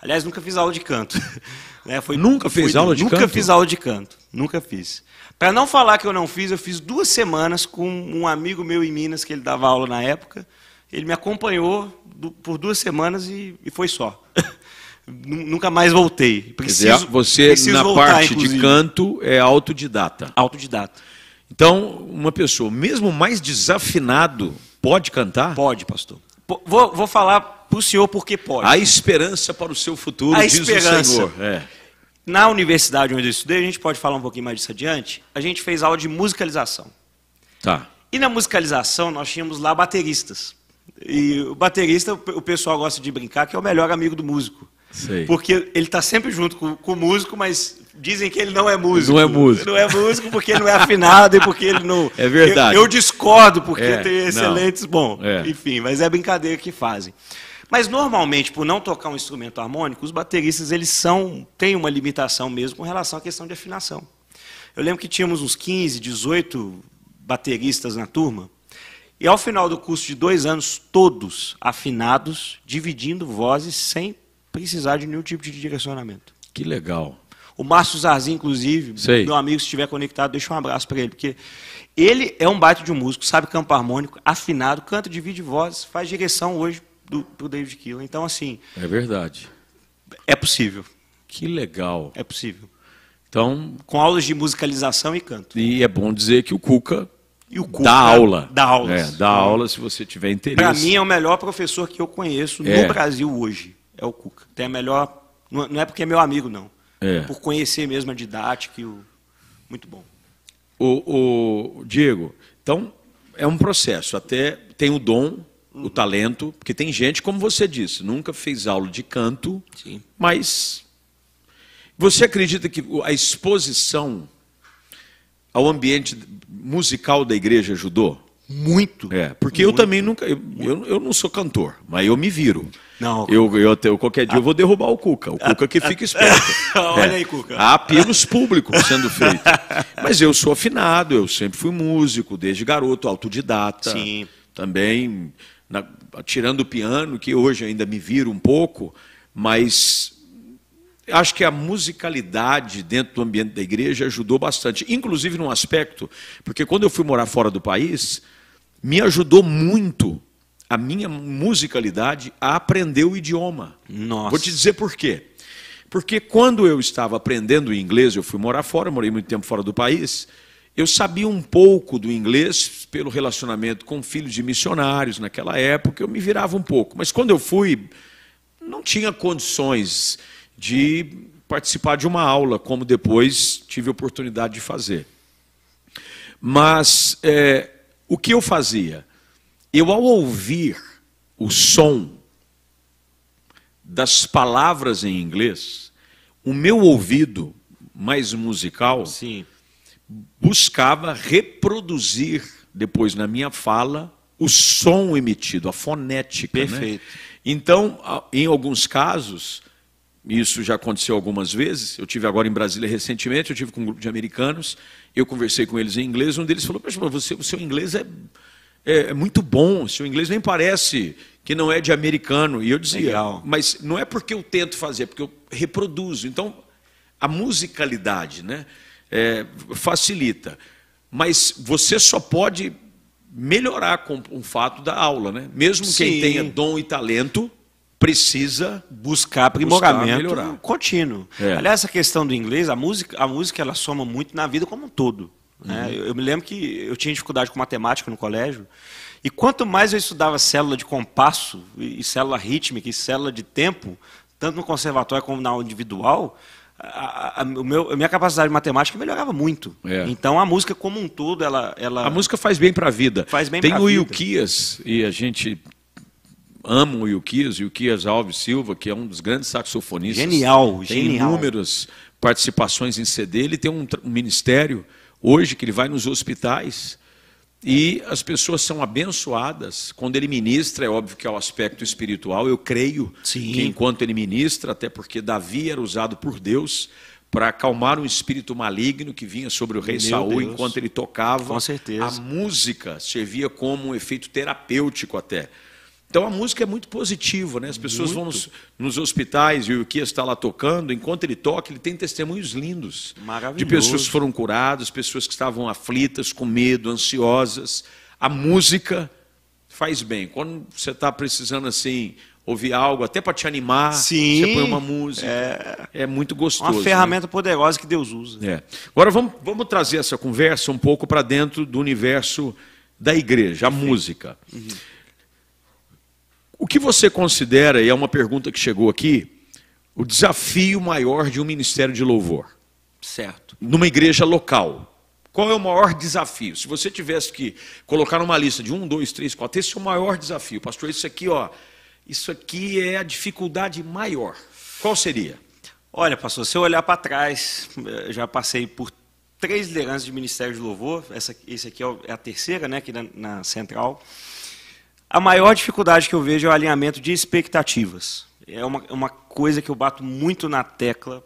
[SPEAKER 2] Aliás, nunca fiz aula de canto. Né, foi-
[SPEAKER 1] Nunca fez
[SPEAKER 2] foi-
[SPEAKER 1] aula de
[SPEAKER 2] nunca
[SPEAKER 1] canto?
[SPEAKER 2] fiz aula de canto. Nunca fiz. Para não falar que eu não fiz, eu fiz duas semanas com um amigo meu em Minas, que ele dava aula na época. Ele me acompanhou du- por duas semanas e, e foi só. Nu- Nunca mais voltei.
[SPEAKER 1] Quer dizer,
[SPEAKER 2] Preciso,
[SPEAKER 1] você,
[SPEAKER 2] preciso
[SPEAKER 1] na
[SPEAKER 2] voltar,
[SPEAKER 1] parte
[SPEAKER 2] inclusive.
[SPEAKER 1] de canto, é autodidata.
[SPEAKER 2] Autodidata.
[SPEAKER 1] Então, uma pessoa, mesmo mais desafinado, pode cantar?
[SPEAKER 2] Pode, pastor. Po- Vou, vou falar para o senhor porque pode.
[SPEAKER 1] Há esperança para o seu futuro,
[SPEAKER 2] Há
[SPEAKER 1] diz o
[SPEAKER 2] esperança.
[SPEAKER 1] Senhor. É.
[SPEAKER 2] Na universidade onde eu estudei, a gente pode falar um pouquinho mais disso adiante, a gente fez aula de musicalização.
[SPEAKER 1] Tá.
[SPEAKER 2] E na musicalização nós tínhamos lá bateristas. E o baterista, o pe- o pessoal gosta de brincar, que é o melhor amigo do músico.
[SPEAKER 1] Sei.
[SPEAKER 2] Porque ele está sempre junto com, com o músico, mas dizem que ele não é músico.
[SPEAKER 1] Não é músico.
[SPEAKER 2] Não é músico porque ele não é afinado e porque ele não.
[SPEAKER 1] É verdade.
[SPEAKER 2] Eu, eu discordo porque
[SPEAKER 1] É,
[SPEAKER 2] tem
[SPEAKER 1] não.
[SPEAKER 2] excelentes. Bom,
[SPEAKER 1] É.
[SPEAKER 2] enfim, mas é brincadeira que fazem. Mas normalmente, por não tocar um instrumento harmônico, os bateristas eles são têm uma limitação mesmo com relação à questão de afinação. Eu lembro que tínhamos uns 15, 18 bateristas na turma. E ao final do curso de dois anos, todos afinados, dividindo vozes sem precisar de nenhum tipo de direcionamento.
[SPEAKER 1] Que legal.
[SPEAKER 2] O Márcio Zarzinho, inclusive,
[SPEAKER 1] Sei.
[SPEAKER 2] meu amigo, se estiver conectado, deixa um abraço para ele, porque ele é um baita de um músico, sabe campo harmônico, afinado, canta, divide vozes, faz direção hoje do, pro David Keelan. Então, assim,
[SPEAKER 1] É verdade.
[SPEAKER 2] é possível,
[SPEAKER 1] Que legal.
[SPEAKER 2] é possível.
[SPEAKER 1] Então,
[SPEAKER 2] Com aulas de musicalização e canto.
[SPEAKER 1] e é bom dizer que o Cuca
[SPEAKER 2] E o Cuca
[SPEAKER 1] dá aula.
[SPEAKER 2] Dá aulas.
[SPEAKER 1] É, dá aula se você tiver interesse.
[SPEAKER 2] Para mim é o melhor professor que eu conheço
[SPEAKER 1] É.
[SPEAKER 2] no Brasil hoje. É o Cuca. Tem a melhor. Não não é porque é meu amigo, não.
[SPEAKER 1] É.
[SPEAKER 2] Por conhecer mesmo a didática e o. Muito bom.
[SPEAKER 1] O, o- Diego, então é um processo. Até tem o dom,
[SPEAKER 2] Uhum.
[SPEAKER 1] o talento, porque tem gente, como você disse, nunca fez aula de canto,
[SPEAKER 2] Sim.
[SPEAKER 1] mas você acredita que o- a exposição ao ambiente musical da igreja ajudou?
[SPEAKER 2] Muito.
[SPEAKER 1] É, porque eu também nunca. Eu, eu, eu não sou cantor, mas eu me viro.
[SPEAKER 2] Não.
[SPEAKER 1] Eu, eu, até- eu qualquer dia eu vou derrubar o Cuca. O Cuca que fica esperto. É.
[SPEAKER 2] Olha aí, Cuca.
[SPEAKER 1] Há apelos públicos sendo feitos. Mas eu sou afinado, eu sempre fui músico, desde garoto, autodidata.
[SPEAKER 2] Sim.
[SPEAKER 1] Também, na- tirando o piano, que hoje ainda me viro um pouco, mas acho que a musicalidade dentro do ambiente da igreja ajudou bastante, inclusive num aspecto, porque quando eu fui morar fora do país, me ajudou muito a minha musicalidade a aprender o idioma.
[SPEAKER 2] Nossa.
[SPEAKER 1] Vou te dizer por quê. Porque quando eu estava aprendendo inglês, eu fui morar fora, morei muito tempo fora do país, eu sabia um pouco do inglês pelo relacionamento com filhos de missionários naquela época, eu me virava um pouco. Mas quando eu fui não tinha condições de participar de uma aula, como depois tive a oportunidade de fazer. Mas é, o que eu fazia? Eu, ao ouvir o som das palavras em inglês, o meu ouvido mais musical
[SPEAKER 2] Sim.
[SPEAKER 1] buscava reproduzir depois na minha fala o som emitido, a fonética. né?
[SPEAKER 2] Perfeito.
[SPEAKER 1] Então, a- em alguns casos, isso já aconteceu algumas vezes. Eu tive agora em Brasília recentemente, eu tive com um grupo de americanos, eu conversei com eles em inglês, um deles falou: "Mas você, o seu inglês é, é, é muito bom, seu inglês nem parece que não é de americano". E eu dizia:
[SPEAKER 2] Legal.
[SPEAKER 1] "Mas não é porque eu tento fazer, é porque eu reproduzo". Então, a musicalidade, né, é, facilita. Mas você só pode melhorar com o fato da aula, né? Mesmo quem
[SPEAKER 2] Sim.
[SPEAKER 1] tenha dom e talento precisa
[SPEAKER 2] Buscar aprimoramento
[SPEAKER 1] melhorar.
[SPEAKER 2] contínuo.
[SPEAKER 1] É.
[SPEAKER 2] Aliás, essa questão do inglês, a música, a música ela soma muito na vida como um todo.
[SPEAKER 1] Uhum.
[SPEAKER 2] né? Eu, eu me lembro que eu tinha dificuldade com matemática no colégio. E quanto mais eu estudava célula de compasso, e, e célula rítmica, e célula de tempo, tanto no conservatório como na aula individual, a, a- a- o meu- a minha capacidade de matemática melhorava muito.
[SPEAKER 1] É.
[SPEAKER 2] Então a música como um todo, ela. ela
[SPEAKER 1] A música faz bem para a vida.
[SPEAKER 2] Faz bem
[SPEAKER 1] Tem
[SPEAKER 2] pra
[SPEAKER 1] o
[SPEAKER 2] vida.
[SPEAKER 1] Ilquias, e a gente ama o Ilquias, Ilquias Alves Silva, que é um dos grandes saxofonistas.
[SPEAKER 2] Genial,
[SPEAKER 1] tem
[SPEAKER 2] genial.
[SPEAKER 1] inúmeras participações em CD. Ele tem um, tra- um ministério hoje que ele vai nos hospitais e as pessoas são abençoadas. Quando ele ministra, é óbvio que é o aspecto espiritual, eu creio
[SPEAKER 2] Sim.
[SPEAKER 1] que enquanto ele ministra, até porque Davi era usado por Deus para acalmar um espírito maligno que vinha sobre o rei
[SPEAKER 2] Meu
[SPEAKER 1] Saul
[SPEAKER 2] Deus.
[SPEAKER 1] enquanto ele tocava.
[SPEAKER 2] Com certeza.
[SPEAKER 1] A música servia como um efeito terapêutico até. Então a música é muito positiva, né? As pessoas vão nos, nos hospitais e o que está lá tocando, enquanto ele toca, ele tem testemunhos lindos de
[SPEAKER 2] Maravilhoso.
[SPEAKER 1] pessoas que foram curadas, pessoas que estavam aflitas, com medo, ansiosas. A música faz bem. Quando você está precisando assim ouvir algo, até para te animar,
[SPEAKER 2] Sim.
[SPEAKER 1] você põe uma música. É, muito gostoso.
[SPEAKER 2] uma
[SPEAKER 1] né?
[SPEAKER 2] ferramenta poderosa que Deus usa.
[SPEAKER 1] É. Agora vamos, vamos trazer essa conversa um pouco para dentro do universo da igreja, a música. O que você considera, e é uma pergunta que chegou aqui, o desafio maior de um ministério de louvor?
[SPEAKER 2] Certo.
[SPEAKER 1] numa igreja local. Qual é o maior desafio? Se você tivesse que colocar numa lista de um, dois, três, quatro, esse é o maior desafio. Pastor, isso aqui, ó, isso aqui é a dificuldade maior. Qual seria?
[SPEAKER 2] Olha, pastor, se eu olhar para trás, eh, já passei por três lideranças de Ministério de Louvor, essa, esse aqui é o- é a terceira, né, aqui na, na Central. A maior dificuldade que eu vejo é o alinhamento de expectativas. É uma, é uma coisa que eu bato muito na tecla,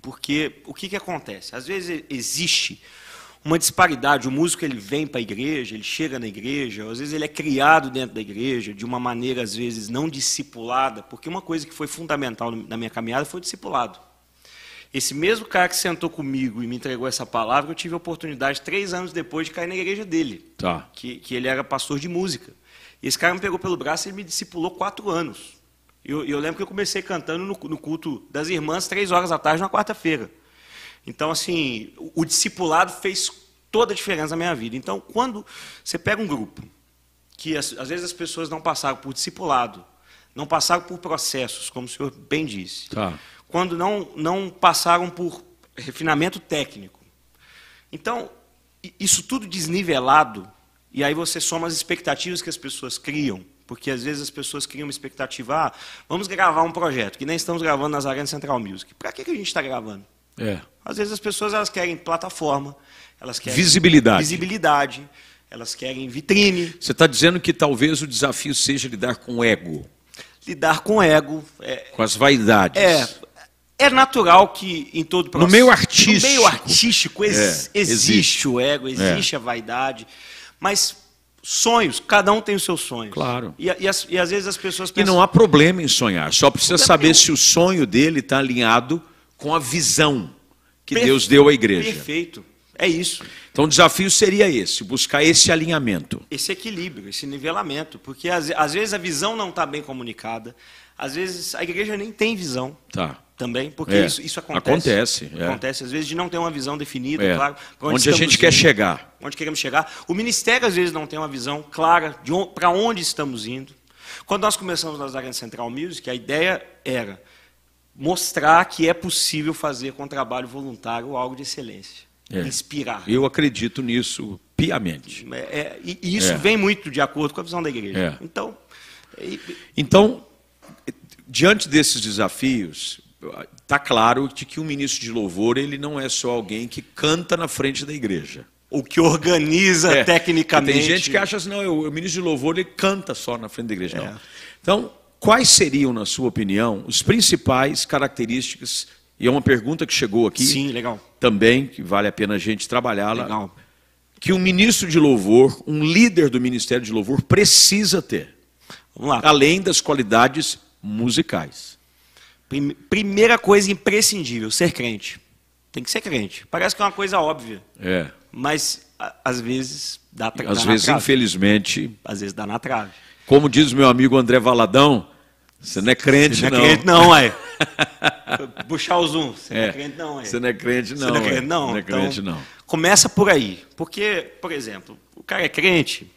[SPEAKER 2] porque o que, que acontece? Às vezes existe uma disparidade. O músico ele vem para a igreja, ele chega na igreja, às vezes ele é criado dentro da igreja de uma maneira às vezes não discipulada, porque uma coisa que foi fundamental na minha caminhada foi o discipulado. Esse mesmo cara que sentou comigo e me entregou essa palavra, eu tive a oportunidade três anos depois de cair na igreja dele,
[SPEAKER 1] Tá.
[SPEAKER 2] que, que ele era pastor de música. E esse cara me pegou pelo braço e ele me discipulou quatro anos. Eu, eu lembro que eu comecei cantando no, no culto das irmãs, três horas da tarde, na quarta-feira. Então, assim, o, o discipulado fez toda a diferença na minha vida. Então, quando você pega um grupo, que as- às vezes as pessoas não passaram por discipulado, não passaram por processos, como o senhor bem disse,
[SPEAKER 1] Tá.
[SPEAKER 2] quando não, não passaram por refinamento técnico. Então, i- isso tudo desnivelado, e aí você soma as expectativas que as pessoas criam, porque às vezes as pessoas criam uma expectativa, ah, vamos gravar um projeto, que nem estamos gravando nas arenas Central Music. Para que, que a gente está gravando?
[SPEAKER 1] É.
[SPEAKER 2] Às vezes as pessoas elas querem plataforma, elas querem
[SPEAKER 1] Visibilidade.
[SPEAKER 2] visibilidade, elas querem vitrine,
[SPEAKER 1] Você está dizendo que talvez o desafio seja lidar com o ego,
[SPEAKER 2] lidar com ego. É,
[SPEAKER 1] com as vaidades.
[SPEAKER 2] é, é natural que em todo processo.
[SPEAKER 1] meio artístico.
[SPEAKER 2] No meio artístico ex-
[SPEAKER 1] É,
[SPEAKER 2] existe,
[SPEAKER 1] existe.
[SPEAKER 2] o ego, existe a vaidade, mas sonhos, cada um tem os seus sonhos.
[SPEAKER 1] Claro.
[SPEAKER 2] E, a- e as- e às vezes as pessoas
[SPEAKER 1] E
[SPEAKER 2] pensam.
[SPEAKER 1] não há problema em sonhar, só precisa
[SPEAKER 2] Problema
[SPEAKER 1] saber
[SPEAKER 2] nenhum.
[SPEAKER 1] se o sonho dele está alinhado com a visão que
[SPEAKER 2] "Perfe-
[SPEAKER 1] Deus deu à igreja.
[SPEAKER 2] Perfeito. É isso.
[SPEAKER 1] Então o desafio seria esse, buscar esse alinhamento.
[SPEAKER 2] esse equilíbrio, esse nivelamento, porque às, às vezes a visão não está bem comunicada, às vezes a igreja nem tem visão
[SPEAKER 1] Tá.
[SPEAKER 2] também, porque
[SPEAKER 1] É,
[SPEAKER 2] isso, isso acontece.
[SPEAKER 1] acontece, é.
[SPEAKER 2] Acontece, às vezes, de não ter uma visão definida,
[SPEAKER 1] É.
[SPEAKER 2] claro. pra
[SPEAKER 1] Onde a
[SPEAKER 2] estamos
[SPEAKER 1] gente quer
[SPEAKER 2] indo,
[SPEAKER 1] chegar.
[SPEAKER 2] Onde queremos chegar. O ministério, às vezes, não tem uma visão clara de para onde estamos indo. Quando nós começamos nas áreas Central Music, a ideia era mostrar que é possível fazer com trabalho voluntário algo de excelência.
[SPEAKER 1] É.
[SPEAKER 2] Inspirar.
[SPEAKER 1] Eu acredito nisso piamente.
[SPEAKER 2] É, é, e e isso
[SPEAKER 1] É.
[SPEAKER 2] vem muito de acordo com a visão da igreja.
[SPEAKER 1] É.
[SPEAKER 2] Então, e-
[SPEAKER 1] Então, diante desses desafios, está claro de que o ministro de louvor ele não é só alguém que canta na frente da igreja.
[SPEAKER 2] o que organiza
[SPEAKER 1] É,
[SPEAKER 2] tecnicamente.
[SPEAKER 1] Tem gente que acha assim, não, eu- o ministro de louvor ele canta só na frente da igreja.
[SPEAKER 2] É.
[SPEAKER 1] Não. Então, quais seriam, na sua opinião, os principais características? E é uma pergunta que chegou aqui
[SPEAKER 2] Sim, legal.
[SPEAKER 1] também, que vale a pena a gente trabalhá-la,
[SPEAKER 2] Legal.
[SPEAKER 1] que um ministro de louvor, um líder do ministério de louvor, precisa ter,
[SPEAKER 2] Vamos lá.
[SPEAKER 1] além das qualidades musicais.
[SPEAKER 2] Prime- Primeira coisa imprescindível, ser crente. Tem que ser crente. Parece que é uma coisa óbvia,
[SPEAKER 1] É.
[SPEAKER 2] mas a- às vezes dá, tra-
[SPEAKER 1] Às
[SPEAKER 2] dá
[SPEAKER 1] vezes,
[SPEAKER 2] na trave.
[SPEAKER 1] infelizmente,
[SPEAKER 2] Às vezes dá na trave.
[SPEAKER 1] como diz meu amigo André Valadão, você não é crente,
[SPEAKER 2] Você não
[SPEAKER 1] não.
[SPEAKER 2] é crente não, é. Puxar o zoom. Você não
[SPEAKER 1] É.
[SPEAKER 2] é crente não, é.
[SPEAKER 1] Você não é crente, não.
[SPEAKER 2] Você não é
[SPEAKER 1] é.
[SPEAKER 2] crente, não.
[SPEAKER 1] Não é
[SPEAKER 2] Então,
[SPEAKER 1] crente, não.
[SPEAKER 2] Começa por aí. Porque, por exemplo, o cara é crente,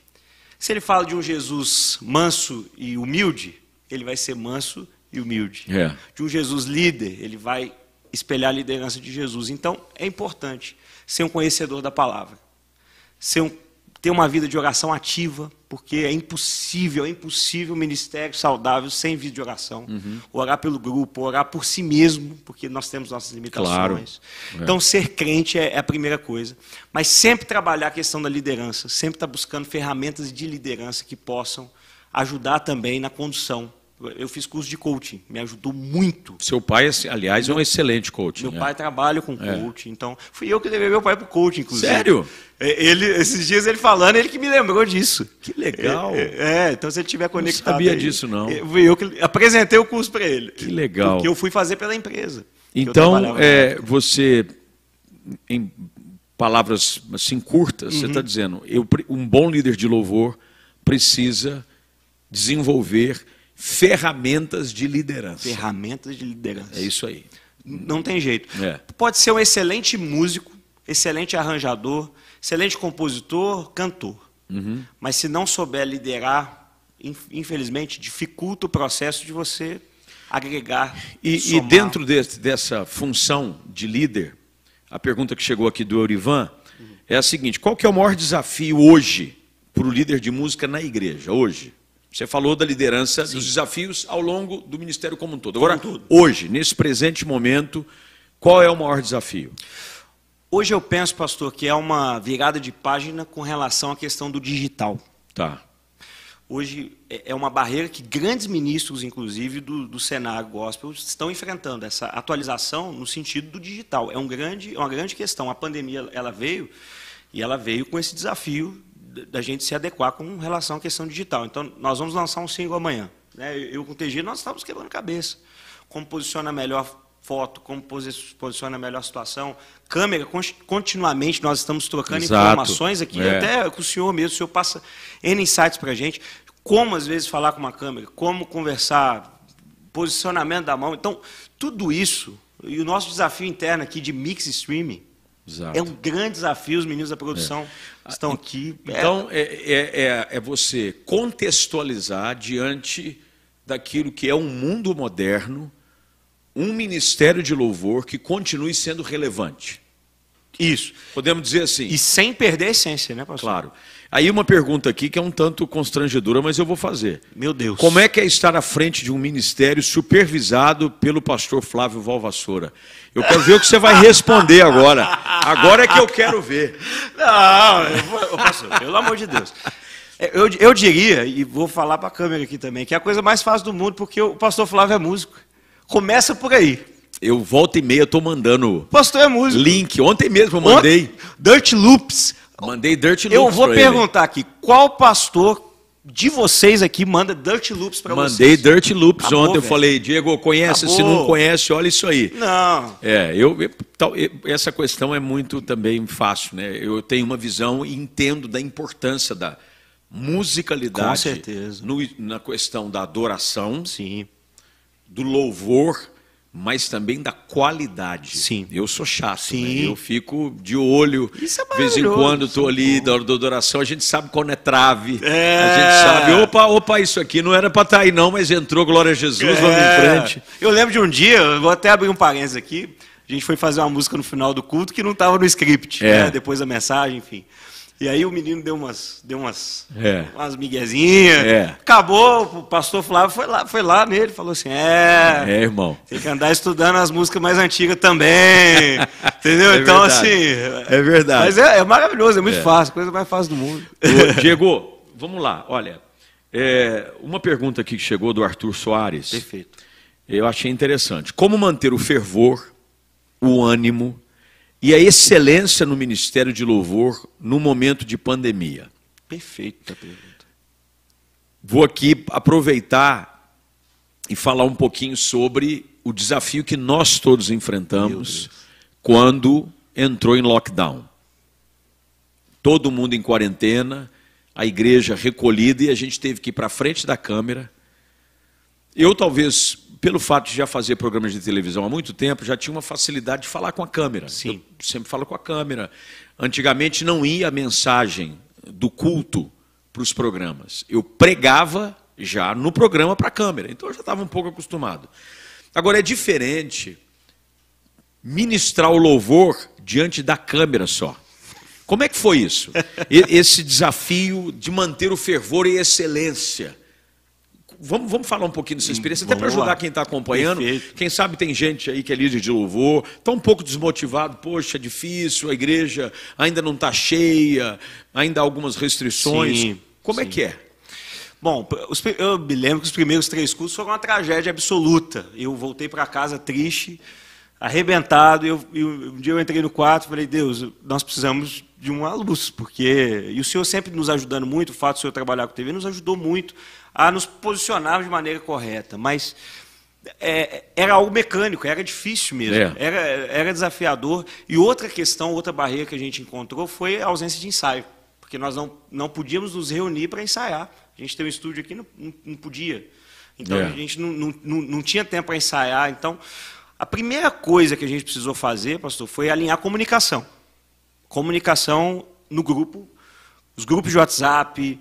[SPEAKER 2] se ele fala de um Jesus manso e humilde, ele vai ser manso e humilde.
[SPEAKER 1] É.
[SPEAKER 2] De um Jesus líder, ele vai espelhar a liderança de Jesus. Então, é importante ser um conhecedor da palavra. Ser um- ter uma vida de oração ativa, porque é impossível, é impossível um ministério saudável sem vida de oração. Orar pelo grupo, orar por si mesmo, porque nós temos nossas limitações.
[SPEAKER 1] Claro.
[SPEAKER 2] Então, ser crente é, é a primeira coisa. Mas sempre trabalhar a questão da liderança, sempre estar buscando ferramentas de liderança que possam ajudar também na condução. Eu fiz curso de coaching, me ajudou muito.
[SPEAKER 1] Seu pai, assim, aliás, é um excelente coach.
[SPEAKER 2] Meu
[SPEAKER 1] né?
[SPEAKER 2] pai trabalha com coaching, então fui eu que levei meu pai para o coaching, inclusive.
[SPEAKER 1] Sério?
[SPEAKER 2] É, Ele, esses dias ele falando, ele que me lembrou disso.
[SPEAKER 1] Que legal.
[SPEAKER 2] É, é, então se ele tiver conectado.
[SPEAKER 1] sabia
[SPEAKER 2] aí,
[SPEAKER 1] disso, não.
[SPEAKER 2] é, Fui eu que apresentei o curso para ele.
[SPEAKER 1] Que legal.
[SPEAKER 2] Porque eu fui fazer pela empresa. que eu
[SPEAKER 1] Então,
[SPEAKER 2] trabalhava.
[SPEAKER 1] é, você, em palavras assim curtas, você
[SPEAKER 2] Uhum.
[SPEAKER 1] está dizendo, eu pre- um bom líder de louvor precisa desenvolver ferramentas de liderança.
[SPEAKER 2] ferramentas de liderança.
[SPEAKER 1] É isso aí.
[SPEAKER 2] Não tem jeito.
[SPEAKER 1] É.
[SPEAKER 2] Pode ser um excelente músico, excelente arranjador, excelente compositor, cantor.
[SPEAKER 1] Uhum.
[SPEAKER 2] Mas se não souber liderar, inf- infelizmente, dificulta o processo de você agregar.
[SPEAKER 1] E, e
[SPEAKER 2] somar.
[SPEAKER 1] dentro desse- dessa função de líder, a pergunta que chegou aqui do Eurivan é a seguinte: qual que é o maior desafio hoje para o líder de música na igreja hoje? Você falou da liderança, dos desafios ao longo do ministério como um todo. Agora,
[SPEAKER 2] Como um todo.
[SPEAKER 1] hoje, nesse presente momento, qual é o maior desafio?
[SPEAKER 2] Hoje eu penso, pastor, que é uma virada de página com relação à questão do digital.
[SPEAKER 1] Tá.
[SPEAKER 2] Hoje é é uma barreira que grandes ministros, inclusive do, do cenário gospel, estão enfrentando essa atualização no sentido do digital. É um grande, é uma grande questão. A pandemia ela veio E ela veio com esse desafio da gente se adequar com relação à questão digital. Então, nós vamos lançar um single amanhã. Né? Eu com o TG, nós estávamos quebrando cabeça. Como posiciona melhor foto, como posi- posiciona melhor a situação. Câmera, con- continuamente nós estamos trocando
[SPEAKER 1] Exato.
[SPEAKER 2] informações aqui,
[SPEAKER 1] É.
[SPEAKER 2] até com o senhor mesmo, o senhor passa N insights para a gente. Como, às vezes, falar com uma câmera, como conversar, posicionamento da mão. Então, tudo isso, e o nosso desafio interno aqui de mix streaming,
[SPEAKER 1] Exato.
[SPEAKER 2] é um grande desafio, os meninos da produção estão aqui. É,
[SPEAKER 1] Então, é, é, é- é você contextualizar diante daquilo que é um mundo moderno, um ministério de louvor que continue sendo relevante.
[SPEAKER 2] isso.
[SPEAKER 1] Podemos dizer assim.
[SPEAKER 2] E sem perder a essência, né, pastor?
[SPEAKER 1] Claro. Aí uma pergunta aqui que é um tanto constrangedora, mas eu vou fazer.
[SPEAKER 2] Meu Deus.
[SPEAKER 1] Como é que é estar à frente de um ministério supervisado pelo pastor Flávio Valvassoura? Eu quero ver o que você vai responder agora. Agora é que eu quero ver.
[SPEAKER 2] Não, eu vou, ô, pastor, pelo amor de Deus. É, Eu, eu diria, e vou falar para a câmera aqui também, que é a coisa mais fácil do mundo, porque o pastor Flávio é músico. Começa por aí.
[SPEAKER 1] Eu volta e meia estou mandando
[SPEAKER 2] O pastor é músico.
[SPEAKER 1] link. Ontem mesmo eu mandei.
[SPEAKER 2] Ontem, Dirt Loops.
[SPEAKER 1] Mandei Dirt Loops
[SPEAKER 2] Eu vou
[SPEAKER 1] pra ele.
[SPEAKER 2] perguntar aqui, qual pastor de vocês aqui manda Dirt Loops para vocês?
[SPEAKER 1] Mandei Dirt Loops
[SPEAKER 2] Acabou,
[SPEAKER 1] ontem. Eu
[SPEAKER 2] velho.
[SPEAKER 1] falei, Diego, conhece? Se
[SPEAKER 2] Acabou.
[SPEAKER 1] não conhece, olha isso aí.
[SPEAKER 2] Não.
[SPEAKER 1] É, eu, eu- tal- eu- essa questão é muito também fácil, né? Eu tenho uma visão e entendo da importância da musicalidade
[SPEAKER 2] Com certeza.
[SPEAKER 1] no- na questão da adoração,
[SPEAKER 2] Sim.
[SPEAKER 1] do louvor, mas também da qualidade.
[SPEAKER 2] Sim.
[SPEAKER 1] Eu sou chato,
[SPEAKER 2] Sim.
[SPEAKER 1] né? eu fico de olho.
[SPEAKER 2] Isso é
[SPEAKER 1] de vez em
[SPEAKER 2] maravilhoso,
[SPEAKER 1] quando
[SPEAKER 2] isso é
[SPEAKER 1] estou ali
[SPEAKER 2] bom.
[SPEAKER 1] da hora da adoração, a gente sabe quando é trave.
[SPEAKER 2] É.
[SPEAKER 1] A gente sabe, opa, opa, isso aqui não era para estar aí não, mas entrou, glória a Jesus, vamos
[SPEAKER 2] É.
[SPEAKER 1] em frente.
[SPEAKER 2] Eu lembro de um dia, eu vou até abrir um parênteses aqui, a gente foi fazer uma música no final do culto que não estava no script,
[SPEAKER 1] É.
[SPEAKER 2] né? depois da mensagem, enfim. E aí o menino deu umas, deu umas,
[SPEAKER 1] É.
[SPEAKER 2] umas miguezinhas.
[SPEAKER 1] É.
[SPEAKER 2] Acabou, o pastor Flávio foi lá, foi lá nele, falou assim: é,
[SPEAKER 1] É, irmão.
[SPEAKER 2] tem que andar estudando as músicas mais antigas também. Entendeu?
[SPEAKER 1] É
[SPEAKER 2] então,
[SPEAKER 1] verdade.
[SPEAKER 2] assim.
[SPEAKER 1] É verdade.
[SPEAKER 2] Mas é, é maravilhoso, é muito
[SPEAKER 1] É.
[SPEAKER 2] fácil, coisa mais fácil do mundo.
[SPEAKER 1] Ô, Diego, vamos lá. Olha, é, uma pergunta aqui que chegou do Arthur Soares.
[SPEAKER 2] Perfeito.
[SPEAKER 1] Eu achei interessante. Como manter o fervor, o ânimo e a excelência no ministério de louvor no momento de pandemia?
[SPEAKER 2] Perfeita pergunta.
[SPEAKER 1] Vou aqui aproveitar e falar um pouquinho sobre o desafio que nós todos enfrentamos quando entrou em lockdown. Todo mundo em quarentena, a igreja recolhida e a gente teve que ir para frente da câmera. Eu talvez, pelo fato de já fazer programas de televisão há muito tempo, já tinha uma facilidade de falar com a câmera.
[SPEAKER 2] Sim.
[SPEAKER 1] Eu sempre falo com a câmera. Antigamente não ia a mensagem do culto para os programas. Eu pregava já no programa para a câmera. Então eu já estava um pouco acostumado. Agora é diferente ministrar o louvor diante da câmera só. Como é que foi isso? E- Esse desafio de manter o fervor e a excelência. Vamos, vamos falar um pouquinho dessa experiência, até para
[SPEAKER 2] Vamos lá.
[SPEAKER 1] ajudar quem está acompanhando.
[SPEAKER 2] Perfeito.
[SPEAKER 1] Quem sabe tem gente aí que é líder de louvor, está um pouco desmotivado, poxa, é difícil, a igreja ainda não está cheia, ainda há algumas restrições.
[SPEAKER 2] Sim,
[SPEAKER 1] Como é que é?
[SPEAKER 2] Bom, os pri- eu me lembro que os primeiros três cursos foram uma tragédia absoluta. Eu voltei para casa triste, arrebentado. e Eu, e um dia eu entrei no quarto e falei: Deus, nós precisamos de uma luz, porque. E o senhor sempre nos ajudando muito, o fato do senhor trabalhar com TV nos ajudou muito a nos posicionar de maneira correta. Mas é, era algo mecânico, era difícil mesmo.
[SPEAKER 1] É.
[SPEAKER 2] Era, era desafiador. E outra questão, outra barreira que a gente encontrou foi a ausência de ensaio. Porque nós não, não podíamos nos reunir para ensaiar. A gente tem um estúdio aqui, não, não, não podia. Então,
[SPEAKER 1] É.
[SPEAKER 2] a gente não, não, não, não tinha tempo para ensaiar. Então, a primeira coisa que a gente precisou fazer, pastor, foi alinhar a comunicação. Comunicação no grupo, os grupos de WhatsApp,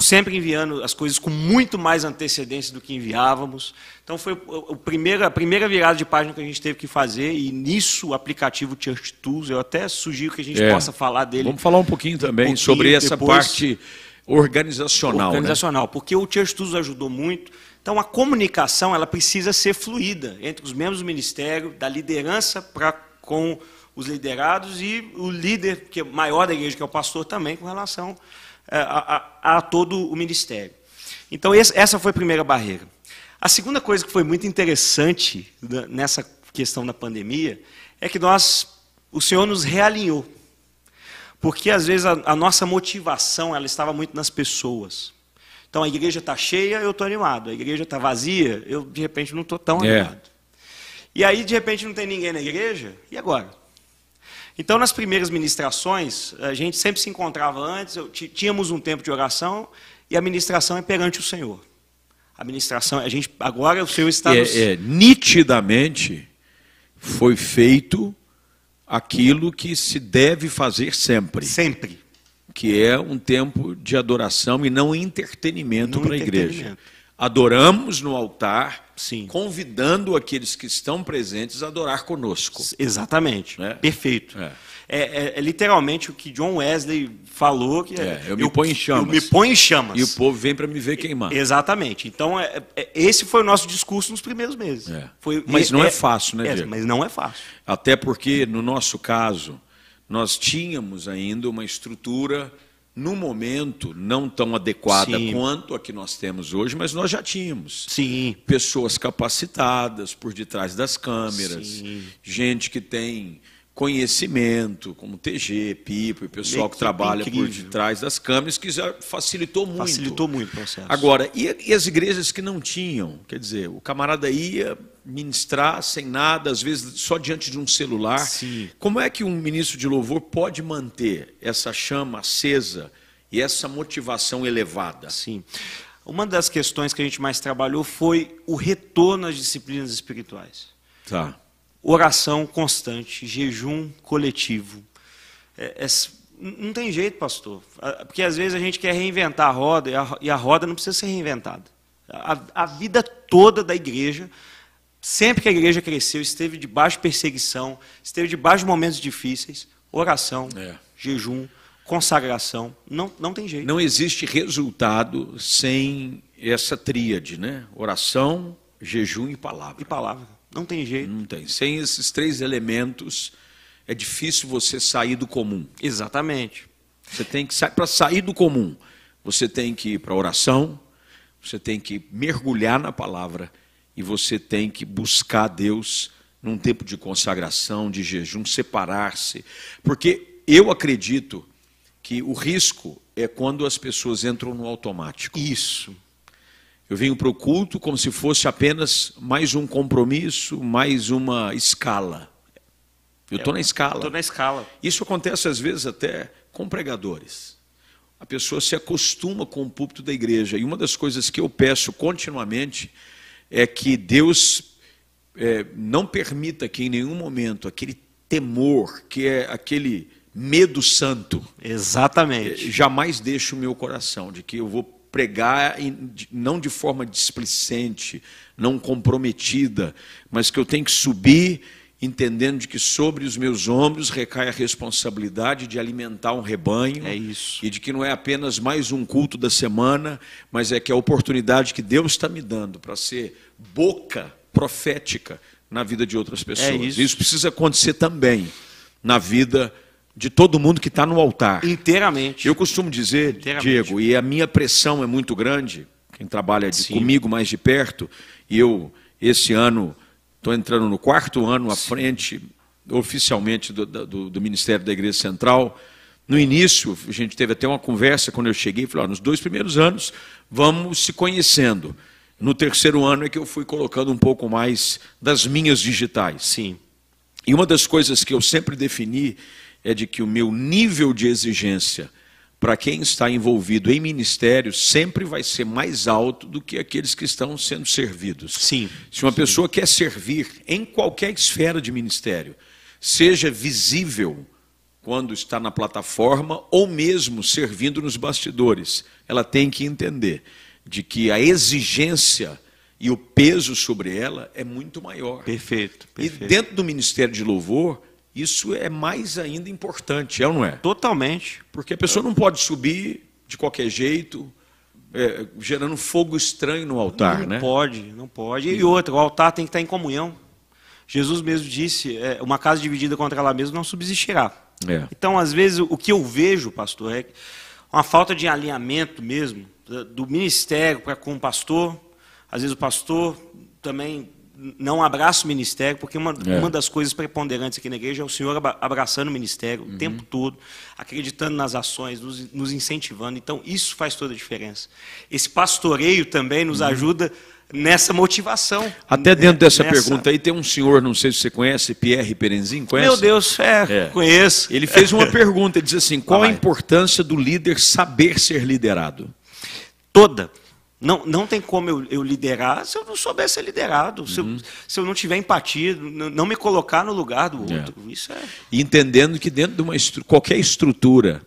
[SPEAKER 2] sempre enviando as coisas com muito mais antecedência do que enviávamos. Então foi o- o primeiro- a primeira virada de página que a gente teve que fazer, e nisso o aplicativo Church Tools, eu até sugiro que a gente
[SPEAKER 1] É.
[SPEAKER 2] possa falar dele.
[SPEAKER 1] Vamos falar um pouquinho também
[SPEAKER 2] pouquinho
[SPEAKER 1] sobre essa
[SPEAKER 2] depois.
[SPEAKER 1] parte organizacional. né?
[SPEAKER 2] organizacional, porque o Church Tools ajudou muito. Então a comunicação ela precisa ser fluida entre os membros do ministério, da liderança para com os liderados e o líder que é maior da igreja que é o pastor também com relação eh, a, a- a todo o ministério. Então esse- essa foi a primeira barreira. A segunda coisa que foi muito interessante da- nessa questão da pandemia é que nós o Senhor nos realinhou Porque às vezes a, a nossa motivação ela estava muito nas pessoas. Então a igreja está cheia, eu estou animado. A igreja está vazia, eu de repente não estou tão
[SPEAKER 1] É.
[SPEAKER 2] animado. E aí de repente não tem ninguém na igreja, e agora? Então nas primeiras ministrações, a gente sempre se encontrava antes, eu ti- tínhamos um tempo de oração e a ministração é perante o Senhor. A ministração, a gente agora o Senhor está Tá nos...
[SPEAKER 1] É, é, nitidamente foi feito aquilo que se deve fazer sempre,
[SPEAKER 2] sempre.
[SPEAKER 1] que é um tempo de adoração e não entretenimento
[SPEAKER 2] Não
[SPEAKER 1] para a igreja.
[SPEAKER 2] entretenimento.
[SPEAKER 1] Adoramos no altar,
[SPEAKER 2] Sim.
[SPEAKER 1] convidando aqueles que estão presentes a adorar conosco.
[SPEAKER 2] Exatamente.
[SPEAKER 1] É.
[SPEAKER 2] Perfeito.
[SPEAKER 1] É.
[SPEAKER 2] É. é- é literalmente o que John Wesley falou que é,
[SPEAKER 1] É, eu me ponho em chamas.
[SPEAKER 2] Eu me ponho em chamas.
[SPEAKER 1] E o povo vem para me ver queimar.
[SPEAKER 2] Exatamente. Então, é- é- esse foi o nosso discurso nos primeiros meses.
[SPEAKER 1] É.
[SPEAKER 2] Foi-
[SPEAKER 1] Mas não é fácil, né, Diego?
[SPEAKER 2] Mas não é fácil.
[SPEAKER 1] Até porque, no nosso caso, nós tínhamos ainda uma estrutura, no momento, não tão adequada
[SPEAKER 2] Sim.
[SPEAKER 1] quanto a que nós temos hoje, mas nós já tínhamos.
[SPEAKER 2] Sim.
[SPEAKER 1] Pessoas capacitadas por detrás das câmeras,
[SPEAKER 2] Sim.
[SPEAKER 1] gente que tem conhecimento, como TG, Pipo, e pessoal que
[SPEAKER 2] equipe
[SPEAKER 1] trabalha por
[SPEAKER 2] incrível.
[SPEAKER 1] detrás das câmeras, que já facilitou muito.
[SPEAKER 2] Facilitou muito o processo.
[SPEAKER 1] Agora, e, e as igrejas que não tinham? Quer dizer, o camarada ia ministrar sem nada, às vezes só diante de um celular.
[SPEAKER 2] Sim.
[SPEAKER 1] Como é que um ministro de louvor pode manter essa chama acesa e essa motivação elevada?
[SPEAKER 2] Sim. Uma das questões que a gente mais trabalhou foi o retorno às disciplinas espirituais.
[SPEAKER 1] Tá.
[SPEAKER 2] Oração constante, jejum coletivo. É- é s- n- não tem jeito, pastor. A- Porque às vezes a gente quer reinventar a roda e a, ro- e a roda não precisa ser reinventada. A, a vida toda da igreja, sempre que a igreja cresceu, esteve debaixo de perseguição, esteve debaixo de momentos difíceis, oração,
[SPEAKER 1] É.
[SPEAKER 2] jejum, consagração. Não, não tem jeito.
[SPEAKER 1] Não existe resultado sem essa tríade, né? Oração, jejum e palavra.
[SPEAKER 2] E palavra. Não tem jeito.
[SPEAKER 1] Não tem. Sem esses três elementos, é difícil você sair do comum.
[SPEAKER 2] Exatamente.
[SPEAKER 1] Você tem que sair para sair do comum. Você tem que ir para a oração, você tem que mergulhar na palavra e você tem que buscar a Deus num tempo de consagração, de jejum, separar-se. Porque eu acredito que o risco é quando as pessoas entram no automático.
[SPEAKER 2] Isso.
[SPEAKER 1] Eu venho para o culto como se fosse apenas mais um compromisso, mais uma escala. Eu estou na escala.
[SPEAKER 2] Estou É na escala.
[SPEAKER 1] Isso acontece às vezes até com pregadores. A pessoa se acostuma com o púlpito da igreja. E uma das coisas que eu peço continuamente é que Deus eh, não permita que em nenhum momento aquele temor, que é aquele medo santo, eh,
[SPEAKER 2] Exatamente.
[SPEAKER 1] jamais deixe o meu coração de que eu vou pregar em- de- não de forma displicente, não comprometida, mas que eu tenho que subir entendendo de que sobre os meus ombros recai a responsabilidade de alimentar um rebanho
[SPEAKER 2] É isso.
[SPEAKER 1] e de que não é apenas mais um culto da semana, mas é que a oportunidade que Deus está me dando para ser boca profética na vida de outras pessoas.
[SPEAKER 2] É isso.
[SPEAKER 1] isso precisa acontecer também na vida de todo mundo que está no altar.
[SPEAKER 2] Inteiramente.
[SPEAKER 1] Eu costumo dizer,
[SPEAKER 2] Inteiramente.
[SPEAKER 1] Diego, e a minha pressão é muito grande, quem trabalha de-
[SPEAKER 2] Sim.
[SPEAKER 1] comigo mais de perto, e eu, esse ano, estou entrando no quarto ano à frente, oficialmente, do, da- do- do Ministério da Igreja Central. No início, a gente teve até uma conversa quando eu cheguei, falei, ó, nos dois primeiros anos, vamos se conhecendo. No terceiro ano é que eu fui colocando um pouco mais das minhas digitais.
[SPEAKER 2] Sim.
[SPEAKER 1] E uma das coisas que eu sempre defini é de que o meu nível de exigência para quem está envolvido em ministério sempre vai ser mais alto do que aqueles que estão sendo servidos.
[SPEAKER 2] Sim.
[SPEAKER 1] Se uma pessoa quer servir em qualquer esfera de ministério, seja visível quando está na plataforma ou mesmo servindo nos bastidores, ela tem que entender de que a exigência e o peso sobre ela é muito maior.
[SPEAKER 2] Perfeito.
[SPEAKER 1] E
[SPEAKER 2] perfeito.
[SPEAKER 1] dentro do Ministério de Louvor, isso é mais ainda importante, é ou não é?
[SPEAKER 2] Totalmente.
[SPEAKER 1] Porque a pessoa não pode subir de qualquer jeito, é, gerando fogo estranho no altar,
[SPEAKER 2] não
[SPEAKER 1] né?
[SPEAKER 2] pode, não pode. E outra, o altar tem que estar em comunhão. Jesus mesmo disse, é, uma casa dividida contra ela mesma não subsistirá.
[SPEAKER 1] É.
[SPEAKER 2] Então, às vezes, o que eu vejo, pastor, é uma falta de alinhamento mesmo da- do ministério para com o pastor. Às vezes o pastor também não abraço o ministério, porque uma,
[SPEAKER 1] É.
[SPEAKER 2] uma das coisas preponderantes aqui na igreja é o senhor abra- abraçando o ministério
[SPEAKER 1] Uhum.
[SPEAKER 2] o tempo todo, acreditando nas ações, nos, nos incentivando. Então, isso faz toda a diferença. Esse pastoreio também nos ajuda nessa motivação.
[SPEAKER 1] Uhum. Até dentro dessa
[SPEAKER 2] Né, Nessa-
[SPEAKER 1] pergunta aí tem um senhor, não sei se você conhece, Pierre Perenzin, conhece?
[SPEAKER 2] Meu Deus, Tá é,
[SPEAKER 1] É.
[SPEAKER 2] conheço.
[SPEAKER 1] Ele fez uma pergunta, ele diz assim: qual a
[SPEAKER 2] vai.
[SPEAKER 1] importância do líder saber ser liderado?
[SPEAKER 2] toda. Não, não tem como eu, eu liderar se eu não souber ser liderado, se,
[SPEAKER 1] Uhum.
[SPEAKER 2] eu, se eu não tiver empatia, n- não me colocar no lugar do outro. Isso é.
[SPEAKER 1] E Entendendo que dentro de uma estru- qualquer estrutura,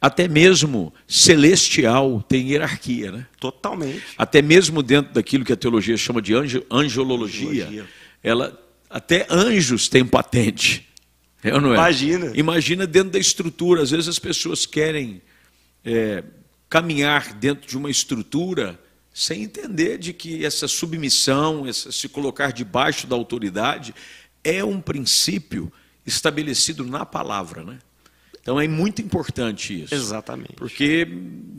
[SPEAKER 1] até mesmo celestial, tem hierarquia, né?
[SPEAKER 2] Totalmente.
[SPEAKER 1] Até mesmo dentro daquilo que a teologia chama de anjo, angelologia,
[SPEAKER 2] Angelologia.
[SPEAKER 1] ela até anjos têm patente. É ou não é?
[SPEAKER 2] Imagina.
[SPEAKER 1] Imagina dentro da estrutura. Às vezes as pessoas querem é, caminhar dentro de uma estrutura sem entender de que essa submissão, essa se colocar debaixo da autoridade, é um princípio estabelecido na palavra, né? Então é muito importante isso.
[SPEAKER 2] Exatamente.
[SPEAKER 1] Porque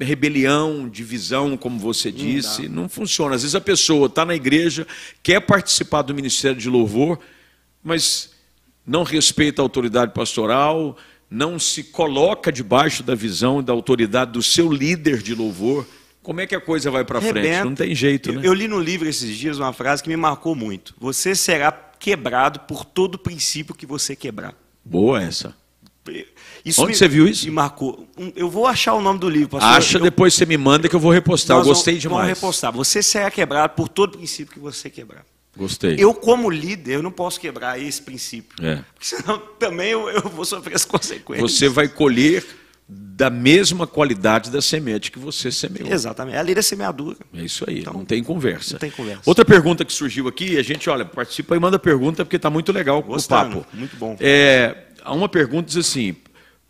[SPEAKER 1] rebelião, divisão, como você disse, não, funciona. Às vezes a pessoa está na igreja, quer participar do ministério de louvor, mas não respeita a autoridade pastoral, não se coloca debaixo da visão e da autoridade do seu líder de louvor. Como é que a coisa vai para frente?
[SPEAKER 2] Rebenta.
[SPEAKER 1] Não tem jeito, né?
[SPEAKER 2] Eu, eu li no livro esses dias uma frase que me marcou muito. Você será quebrado por todo princípio que você quebrar.
[SPEAKER 1] Boa essa.
[SPEAKER 2] Isso
[SPEAKER 1] Onde
[SPEAKER 2] me-
[SPEAKER 1] você viu isso?
[SPEAKER 2] Me marcou. Um- Eu vou achar o nome do livro. pastor.
[SPEAKER 1] Acha,
[SPEAKER 2] Eu-
[SPEAKER 1] depois você me manda que eu vou repostar. Eu
[SPEAKER 2] nós
[SPEAKER 1] gostei
[SPEAKER 2] vamos-
[SPEAKER 1] demais.
[SPEAKER 2] Vamos repostar. Você será quebrado por todo princípio que você quebrar.
[SPEAKER 1] Gostei.
[SPEAKER 2] Eu, como líder, eu não posso quebrar esse princípio.
[SPEAKER 1] É.
[SPEAKER 2] Porque senão também eu, eu vou sofrer as consequências.
[SPEAKER 1] Você vai colher da mesma qualidade da semente que você semeou.
[SPEAKER 2] Exatamente. A lei da semeadura.
[SPEAKER 1] É isso aí,
[SPEAKER 2] Então,
[SPEAKER 1] não tem conversa.
[SPEAKER 2] não tem conversa.
[SPEAKER 1] Outra pergunta que surgiu aqui, a gente, olha, participa e manda pergunta, porque está muito legal
[SPEAKER 2] Gostando,
[SPEAKER 1] o papo.
[SPEAKER 2] muito bom.
[SPEAKER 1] É, há uma pergunta diz assim,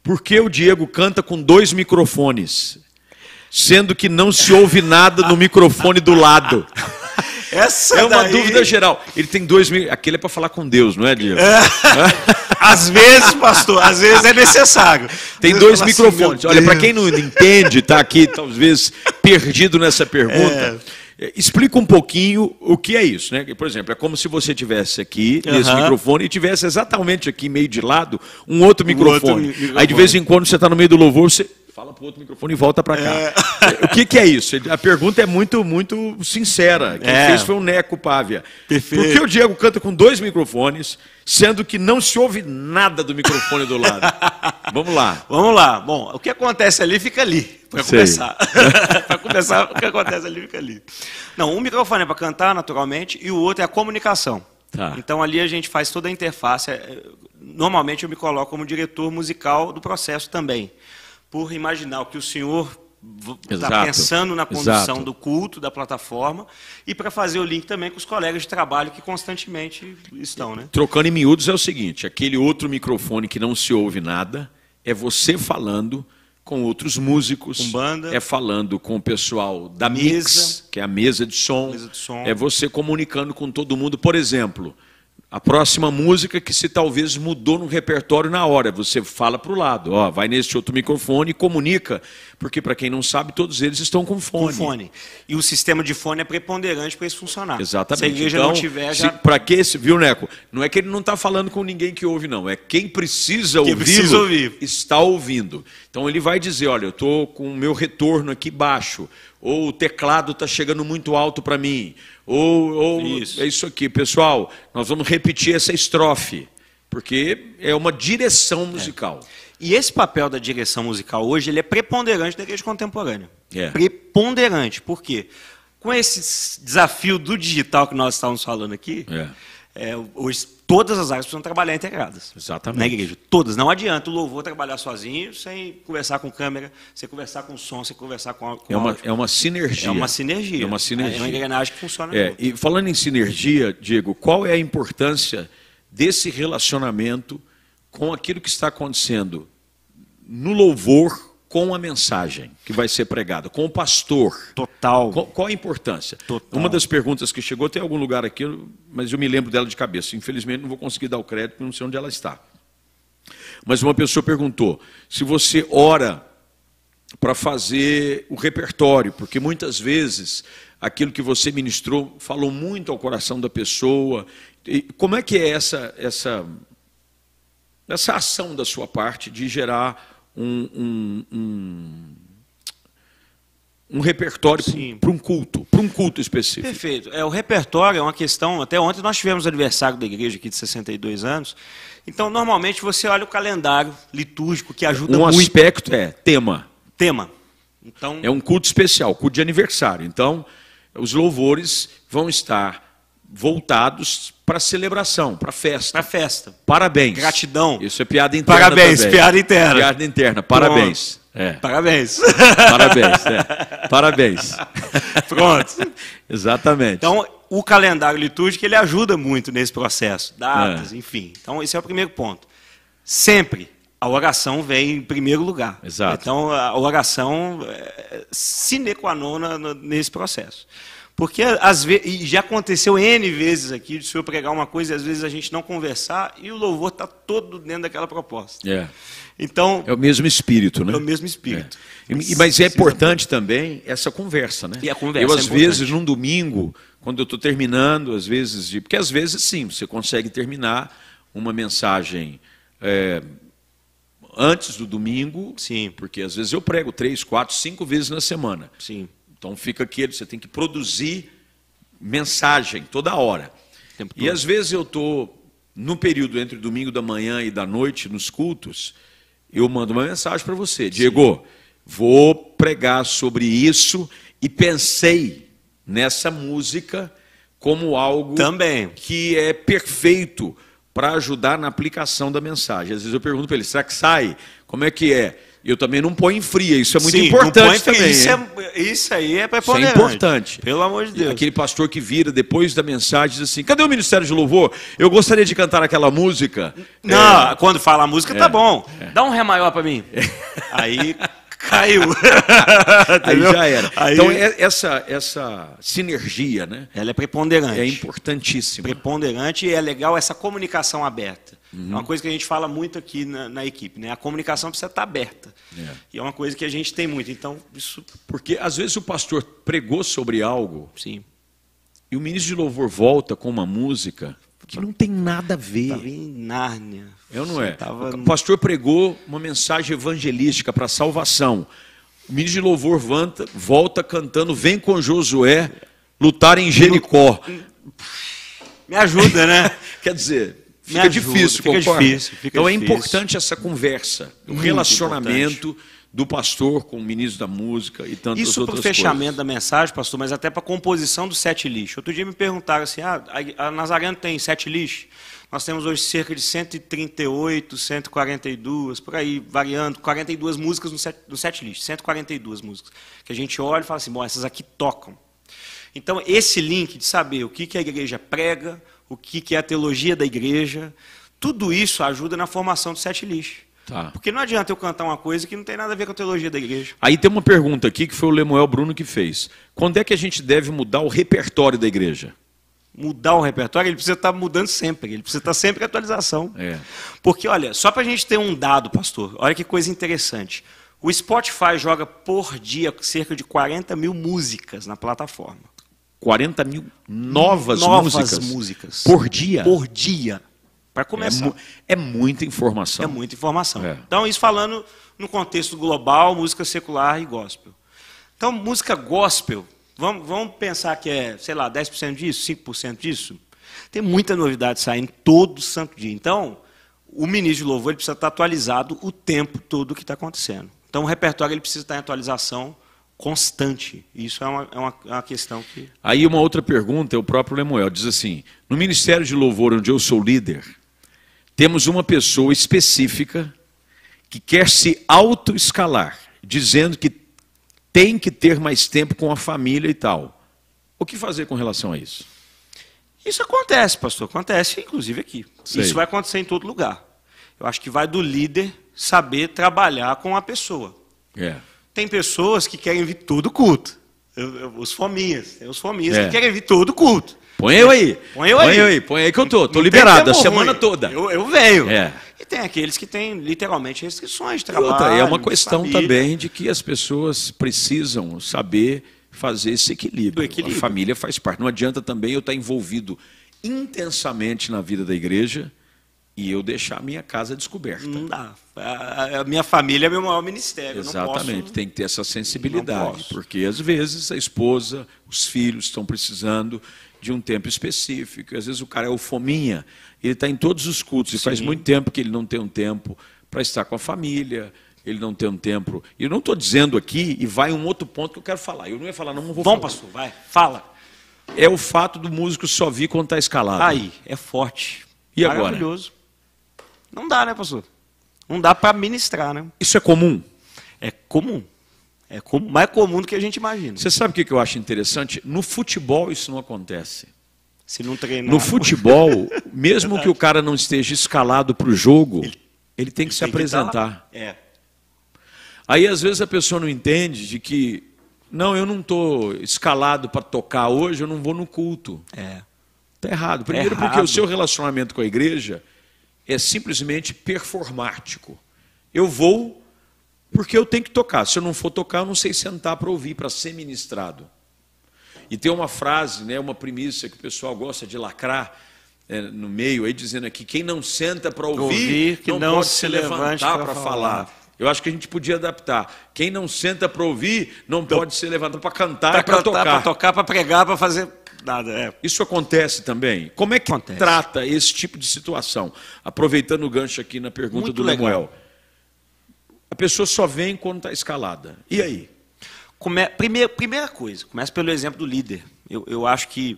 [SPEAKER 1] por que o Diego canta com dois microfones, sendo que não se ouve nada no microfone do lado?
[SPEAKER 2] Essa
[SPEAKER 1] É uma
[SPEAKER 2] daí,
[SPEAKER 1] dúvida geral. Ele tem dois microfones, aquele é para falar com Deus, não é, Diego?
[SPEAKER 2] Às vezes, pastor, às vezes é necessário.
[SPEAKER 1] Tem
[SPEAKER 2] Às
[SPEAKER 1] dois
[SPEAKER 2] vezes fala assim,
[SPEAKER 1] microfones.
[SPEAKER 2] meu
[SPEAKER 1] Olha, para
[SPEAKER 2] Deus.
[SPEAKER 1] quem não entende, está aqui talvez perdido nessa pergunta.
[SPEAKER 2] É.
[SPEAKER 1] eh, Explica um pouquinho o que é isso, né? Por exemplo, é como se você tivesse aqui nesse
[SPEAKER 2] Aham.
[SPEAKER 1] microfone e tivesse exatamente aqui meio de lado um outro microfone.
[SPEAKER 2] mi- microfone.
[SPEAKER 1] Aí de vez em quando você está no meio do louvor, você fala pro outro microfone e volta para cá. Eh, O que, que é isso? Ele- A pergunta é muito, muito sincera. Quem
[SPEAKER 2] É.
[SPEAKER 1] fez foi o Neco Pávia.
[SPEAKER 2] Perfeito.
[SPEAKER 1] Por que o Diego canta com dois microfones, sendo que não se ouve nada do microfone do lado? Vamos lá.
[SPEAKER 2] Vamos lá. Bom, o que acontece ali fica ali, para
[SPEAKER 1] Sei.
[SPEAKER 2] começar. para começar, o que acontece ali fica ali. Não, um microfone é para cantar, naturalmente, e o outro é a comunicação.
[SPEAKER 1] Tá.
[SPEAKER 2] Então ali a gente faz toda a interface. Eh, Normalmente eu me coloco como diretor musical do processo também, por imaginar o que o senhor está
[SPEAKER 1] Exato.
[SPEAKER 2] pensando na condução
[SPEAKER 1] Exato.
[SPEAKER 2] do culto, da plataforma, e para fazer o link também com os colegas de trabalho que constantemente estão, né?
[SPEAKER 1] Trocando em miúdos é o seguinte: aquele outro microfone que não se ouve nada é você falando com outros músicos,
[SPEAKER 2] Com banda.
[SPEAKER 1] é falando com o pessoal da mix,
[SPEAKER 2] Mesa.
[SPEAKER 1] que é a mesa de som,
[SPEAKER 2] Mesa de som.
[SPEAKER 1] é você comunicando com todo mundo. Por exemplo, a próxima música que se talvez mudou no repertório na hora, você fala para o lado, ó, vai nesse outro microfone e comunica, porque para quem não sabe, todos eles estão com fone.
[SPEAKER 2] com fone. E o sistema de fone é preponderante para isso funcionar.
[SPEAKER 1] Exatamente.
[SPEAKER 2] Se a igreja
[SPEAKER 1] então,
[SPEAKER 2] não tiver, já.
[SPEAKER 1] Para que esse, viu, Neco? Não é que ele não está falando com ninguém que ouve, não. É quem precisa
[SPEAKER 2] Quem
[SPEAKER 1] ouvir,
[SPEAKER 2] precisa ouvir.
[SPEAKER 1] está ouvindo. Então ele vai dizer: olha, eu estou com o meu retorno aqui baixo, ou o teclado está chegando muito alto para mim, ou, ou
[SPEAKER 2] Isso.
[SPEAKER 1] é isso aqui. Pessoal, nós vamos repetir essa estrofe, porque é uma direção musical.
[SPEAKER 2] E esse papel da direção musical hoje ele é preponderante na igreja contemporânea.
[SPEAKER 1] É.
[SPEAKER 2] Preponderante. Por quê? Com esse s- desafio do digital que nós estávamos falando aqui,
[SPEAKER 1] É.
[SPEAKER 2] é, hoje todas as áreas precisam trabalhar integradas.
[SPEAKER 1] Exatamente.
[SPEAKER 2] Na igreja. Todas. Não adianta o louvor trabalhar sozinho, sem conversar com câmera, sem conversar com som, sem conversar com, a- com
[SPEAKER 1] É uma,
[SPEAKER 2] áudio.
[SPEAKER 1] é uma sinergia.
[SPEAKER 2] É uma sinergia.
[SPEAKER 1] É uma sinergia.
[SPEAKER 2] É uma engrenagem que funciona
[SPEAKER 1] É,
[SPEAKER 2] junto.
[SPEAKER 1] e falando em sinergia, Diego, qual é a importância desse relacionamento com aquilo que está acontecendo no louvor com a mensagem que vai ser pregada, com o pastor?
[SPEAKER 2] Total.
[SPEAKER 1] Qual, qual a importância?
[SPEAKER 2] Total.
[SPEAKER 1] Uma das perguntas que chegou, tem algum lugar aqui, mas eu me lembro dela de cabeça. Infelizmente, não vou conseguir dar o crédito, porque não sei onde ela está. Mas uma pessoa perguntou: se você ora para fazer o repertório, porque muitas vezes aquilo que você ministrou falou muito ao coração da pessoa. E como é que é essa essa essa ação da sua parte de gerar um, um, um, um repertório
[SPEAKER 2] Sim.
[SPEAKER 1] para um culto, para um culto específico?
[SPEAKER 2] Perfeito. É, o repertório é uma questão. Até ontem nós tivemos o aniversário da igreja aqui de 62 anos. Então, normalmente, você olha o calendário litúrgico, que ajuda
[SPEAKER 1] Um
[SPEAKER 2] muito.
[SPEAKER 1] aspecto é tema.
[SPEAKER 2] Tema. Então,
[SPEAKER 1] É um culto especial, culto de aniversário. Então, os louvores vão estar voltados para a celebração, para a
[SPEAKER 2] para
[SPEAKER 1] festa.
[SPEAKER 2] festa.
[SPEAKER 1] Parabéns.
[SPEAKER 2] Gratidão.
[SPEAKER 1] Isso é piada interna.
[SPEAKER 2] Parabéns,
[SPEAKER 1] também.
[SPEAKER 2] piada interna.
[SPEAKER 1] Piada interna, parabéns. É,
[SPEAKER 2] Parabéns.
[SPEAKER 1] parabéns, é. Parabéns.
[SPEAKER 2] Pronto.
[SPEAKER 1] Exatamente.
[SPEAKER 2] Então, o calendário litúrgico ele ajuda muito nesse processo, datas,
[SPEAKER 1] É.
[SPEAKER 2] enfim. Então, esse é o primeiro ponto. Sempre a oração vem em primeiro lugar.
[SPEAKER 1] Exato.
[SPEAKER 2] Então, a oração é sine qua non na- na- nesse processo. Porque às ve- e já aconteceu N vezes aqui de o senhor pregar uma coisa e às vezes a gente não conversar e o louvor está todo dentro daquela proposta.
[SPEAKER 1] é.
[SPEAKER 2] Então,
[SPEAKER 1] É o mesmo espírito, né?
[SPEAKER 2] é o mesmo espírito.
[SPEAKER 1] É. E- e- Mas é importante também essa conversa, né?
[SPEAKER 2] E a conversa
[SPEAKER 1] eu,
[SPEAKER 2] é
[SPEAKER 1] às
[SPEAKER 2] importante.
[SPEAKER 1] vezes, num domingo, quando eu estou terminando, às vezes, de... porque às vezes, sim, você consegue terminar uma mensagem é, antes do domingo,
[SPEAKER 2] Sim.
[SPEAKER 1] porque às vezes eu prego três, quatro, cinco vezes na semana.
[SPEAKER 2] Sim.
[SPEAKER 1] Então fica aquele, você tem que produzir mensagem toda hora.
[SPEAKER 2] Tempo
[SPEAKER 1] E
[SPEAKER 2] todo.
[SPEAKER 1] às vezes eu estou no período entre domingo da manhã e da noite, nos cultos, eu mando uma mensagem para você. Diego, vou pregar sobre isso e pensei nessa música como algo
[SPEAKER 2] Também.
[SPEAKER 1] que é perfeito para ajudar na aplicação da mensagem. Às vezes eu pergunto para ele, será que sai? Como é que é? Eu também não ponho em fria, isso é muito
[SPEAKER 2] Sim, não põe-
[SPEAKER 1] importante também.
[SPEAKER 2] Isso,
[SPEAKER 1] né?
[SPEAKER 2] é, isso aí é
[SPEAKER 1] Isso é
[SPEAKER 2] preponderante.
[SPEAKER 1] importante.
[SPEAKER 2] Pelo amor de
[SPEAKER 1] E
[SPEAKER 2] Deus.
[SPEAKER 1] Aquele pastor que vira depois da mensagem e diz assim: cadê o Ministério de Louvor? Eu gostaria de cantar aquela música.
[SPEAKER 2] Não, quando fala a música, tá
[SPEAKER 1] É,
[SPEAKER 2] bom. Dá um ré maior pra mim. Aí caiu.
[SPEAKER 1] Aí
[SPEAKER 2] Entendeu?
[SPEAKER 1] já era.
[SPEAKER 2] Aí-
[SPEAKER 1] Então, é- essa, essa sinergia né,
[SPEAKER 2] Ela é preponderante.
[SPEAKER 1] é importantíssima.
[SPEAKER 2] preponderante e é legal essa comunicação aberta.
[SPEAKER 1] Uhum.
[SPEAKER 2] É uma coisa que a gente fala muito aqui na, na equipe, né? A comunicação precisa estar aberta.
[SPEAKER 1] É.
[SPEAKER 2] E é uma coisa que a gente tem muito. Então, isso,
[SPEAKER 1] Porque às vezes o pastor pregou sobre algo
[SPEAKER 2] sim.
[SPEAKER 1] e o ministro de Louvor volta com uma música que não tem nada a ver.
[SPEAKER 2] Tava em Nárnia.
[SPEAKER 1] Tá. Eu não
[SPEAKER 2] Você
[SPEAKER 1] é.
[SPEAKER 2] Tá. Tava...
[SPEAKER 1] O pastor pregou uma mensagem evangelística para salvação. O ministro de louvor vanta- volta cantando Vem com Josué lutar em Jericó.
[SPEAKER 2] Me ajuda, né?
[SPEAKER 1] Quer dizer,
[SPEAKER 2] Me
[SPEAKER 1] fica
[SPEAKER 2] ajuda,
[SPEAKER 1] difícil,
[SPEAKER 2] fica
[SPEAKER 1] concorda?
[SPEAKER 2] difícil, fica
[SPEAKER 1] então é
[SPEAKER 2] difícil.
[SPEAKER 1] importante essa conversa, o
[SPEAKER 2] Muito
[SPEAKER 1] relacionamento do pastor com o ministro da música e tantas
[SPEAKER 2] Isso para o
[SPEAKER 1] outras
[SPEAKER 2] fechamento
[SPEAKER 1] coisas.
[SPEAKER 2] da mensagem, pastor, mas até para a composição do sete lixo. Outro dia me perguntaram assim: ah, a a Nazareno tem sete lixo? Nós temos hoje cerca de 138, 142, por aí, variando, 42 músicas no set, no set list, 142 músicas. Que a gente olha e fala assim: bom, essas aqui tocam. Então, esse link de saber o que, que a igreja prega, o que, que é a teologia da igreja, tudo isso ajuda na formação do set list.
[SPEAKER 1] Tá.
[SPEAKER 2] Porque não adianta eu cantar uma coisa que não tem nada a ver com a teologia da igreja.
[SPEAKER 1] Aí tem uma pergunta aqui que foi o Lemuel Bruno que fez. Quando é que a gente deve mudar o repertório da igreja?
[SPEAKER 2] mudar o repertório, ele precisa estar mudando sempre, ele precisa estar sempre em atualização.
[SPEAKER 1] É.
[SPEAKER 2] Porque, olha, só para a gente ter um dado, pastor, olha que coisa interessante. O Spotify joga por dia cerca de 40 mil músicas na plataforma.
[SPEAKER 1] 40 mil novas,
[SPEAKER 2] Novas
[SPEAKER 1] músicas,
[SPEAKER 2] músicas.
[SPEAKER 1] por dia.
[SPEAKER 2] Por dia. Para
[SPEAKER 1] É,
[SPEAKER 2] começar.
[SPEAKER 1] mu- é muita informação.
[SPEAKER 2] É muita informação.
[SPEAKER 1] É.
[SPEAKER 2] Então, isso falando no contexto global, música secular e gospel. Então, música gospel, vamos, vamos pensar que é, sei lá, 10% disso, 5% disso? Tem muita novidade saindo todo santo dia. Então, o ministro de louvor ele precisa estar atualizado o tempo todo que está acontecendo. Então, o repertório ele precisa estar em atualização constante. Isso é uma, é uma, é uma questão que...
[SPEAKER 1] Aí uma outra pergunta é o próprio Lemuel. Diz assim: no Ministério de Louvor, onde eu sou líder, temos uma pessoa específica que quer se autoescalar, dizendo que tem que ter mais tempo com a família e tal. O que fazer com relação a isso?
[SPEAKER 2] Isso acontece, pastor. Acontece, inclusive, aqui.
[SPEAKER 1] Sei.
[SPEAKER 2] Isso vai acontecer em todo lugar. Eu acho que vai do líder saber trabalhar com a pessoa.
[SPEAKER 1] É.
[SPEAKER 2] Tem pessoas que querem vir todo culto. Eu- eu- os fominhas. Tem os fominhas
[SPEAKER 1] É.
[SPEAKER 2] que querem vir todo culto.
[SPEAKER 1] Põe eu aí.
[SPEAKER 2] Põe eu aí.
[SPEAKER 1] Põe aí que eu tô. Tô
[SPEAKER 2] Não tem
[SPEAKER 1] liberado a
[SPEAKER 2] tempo
[SPEAKER 1] semana
[SPEAKER 2] ruim.
[SPEAKER 1] toda.
[SPEAKER 2] Eu, eu venho.
[SPEAKER 1] É.
[SPEAKER 2] E tem aqueles que têm literalmente restrições de
[SPEAKER 1] E
[SPEAKER 2] trabalho.
[SPEAKER 1] outra, é uma
[SPEAKER 2] de
[SPEAKER 1] questão
[SPEAKER 2] família.
[SPEAKER 1] também de que as pessoas precisam saber fazer esse equilíbrio.
[SPEAKER 2] Do equilíbrio.
[SPEAKER 1] A família faz parte. Não adianta também eu estar envolvido intensamente na vida da igreja e eu deixar a minha casa descoberta.
[SPEAKER 2] Não dá. A, a minha família é meu maior ministério. eu Não
[SPEAKER 1] Exatamente,
[SPEAKER 2] posso...
[SPEAKER 1] tem que ter essa
[SPEAKER 2] Não
[SPEAKER 1] sensibilidade,
[SPEAKER 2] posso.
[SPEAKER 1] porque às vezes a esposa, os filhos estão precisando de um tempo específico, e às vezes o cara é o fominha, ele está em todos os cultos, e faz muito tempo que ele não tem um tempo para estar com a família, ele não tem um tempo. E eu não estou dizendo aqui, e vai um outro ponto que eu quero falar, eu não ia falar, não, não vou
[SPEAKER 2] Vamos,
[SPEAKER 1] falar.
[SPEAKER 2] pastor, vai. Fala.
[SPEAKER 1] É o fato do músico só vir quando está escalado.
[SPEAKER 2] Aí, é forte.
[SPEAKER 1] E agora?
[SPEAKER 2] Maravilhoso. Não dá, né, pastor? Não dá para ministrar, né?
[SPEAKER 1] Isso é comum?
[SPEAKER 2] É comum. É comum, mais comum do que a gente imagina.
[SPEAKER 1] Você sabe o que que eu acho interessante? No futebol isso não acontece.
[SPEAKER 2] Se não treinar.
[SPEAKER 1] No
[SPEAKER 2] É
[SPEAKER 1] futebol, mesmo que o cara não esteja escalado para o jogo, ele tem que se
[SPEAKER 2] tem que estar lá.
[SPEAKER 1] apresentar.
[SPEAKER 2] É.
[SPEAKER 1] Aí às vezes a pessoa não entende de que não, eu não estou escalado para tocar hoje, eu não vou no culto.
[SPEAKER 2] É.
[SPEAKER 1] Está Tá errado. Primeiro porque
[SPEAKER 2] Tá errado.
[SPEAKER 1] o seu relacionamento com a igreja é simplesmente performático. Eu vou porque eu tenho que tocar. Se eu não for tocar, eu não sei sentar para ouvir, para ser ministrado. E tem uma frase, né, uma premissa que o pessoal gosta de lacrar é, no meio, aí dizendo aqui, quem não senta para ouvir,
[SPEAKER 2] ouvir, que não
[SPEAKER 1] pode
[SPEAKER 2] se
[SPEAKER 1] se
[SPEAKER 2] levante
[SPEAKER 1] levantar
[SPEAKER 2] pra
[SPEAKER 1] para
[SPEAKER 2] falar.
[SPEAKER 1] falar. Eu acho que a gente podia adaptar. Quem não senta para ouvir, não pode se levantar para cantar
[SPEAKER 2] Então
[SPEAKER 1] e
[SPEAKER 2] Pra
[SPEAKER 1] para
[SPEAKER 2] cantar, pra
[SPEAKER 1] tocar.
[SPEAKER 2] tocar, pra pregar, pra fazer nada. É.
[SPEAKER 1] Isso acontece também? Como é que
[SPEAKER 2] Acontece.
[SPEAKER 1] trata esse tipo de situação? Aproveitando o gancho aqui na pergunta
[SPEAKER 2] Muito
[SPEAKER 1] do
[SPEAKER 2] legal.
[SPEAKER 1] Lemuel. A pessoa só vem quando está escalada. E aí?
[SPEAKER 2] Come... Primeira, primeira coisa, começa pelo exemplo do líder. Eu, eu acho que,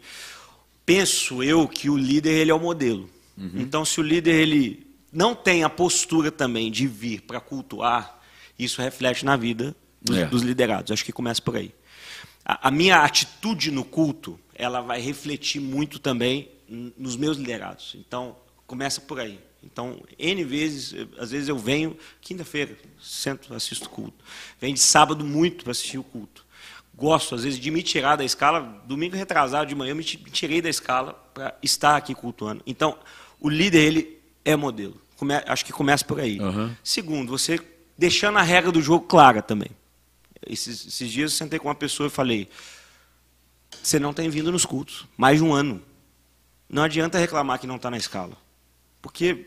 [SPEAKER 2] penso eu, que o líder ele é o modelo. Então, se o líder ele não tem a postura também de vir para cultuar, isso reflete na vida dos,
[SPEAKER 1] É.
[SPEAKER 2] dos liderados. Acho que começa por aí. A, a minha atitude no culto, ela vai refletir muito também n- nos meus liderados. Então, começa por aí. Então, N vezes, eh, às vezes eu venho quinta-feira, sento, assisto o culto. Venho de sábado muito para assistir o culto. Gosto, às vezes, de me tirar da escala. Domingo retrasado de manhã, eu me ti- me tirei da escala para estar aqui cultuando. Então, o líder, ele é modelo. Come- acho que começa por aí.
[SPEAKER 1] Aham.
[SPEAKER 2] Segundo, você deixando a regra do jogo clara também. Esses, esses dias eu sentei com uma pessoa e falei: você não tem vindo nos cultos, mais de um ano. Não adianta reclamar que não está na escala, porque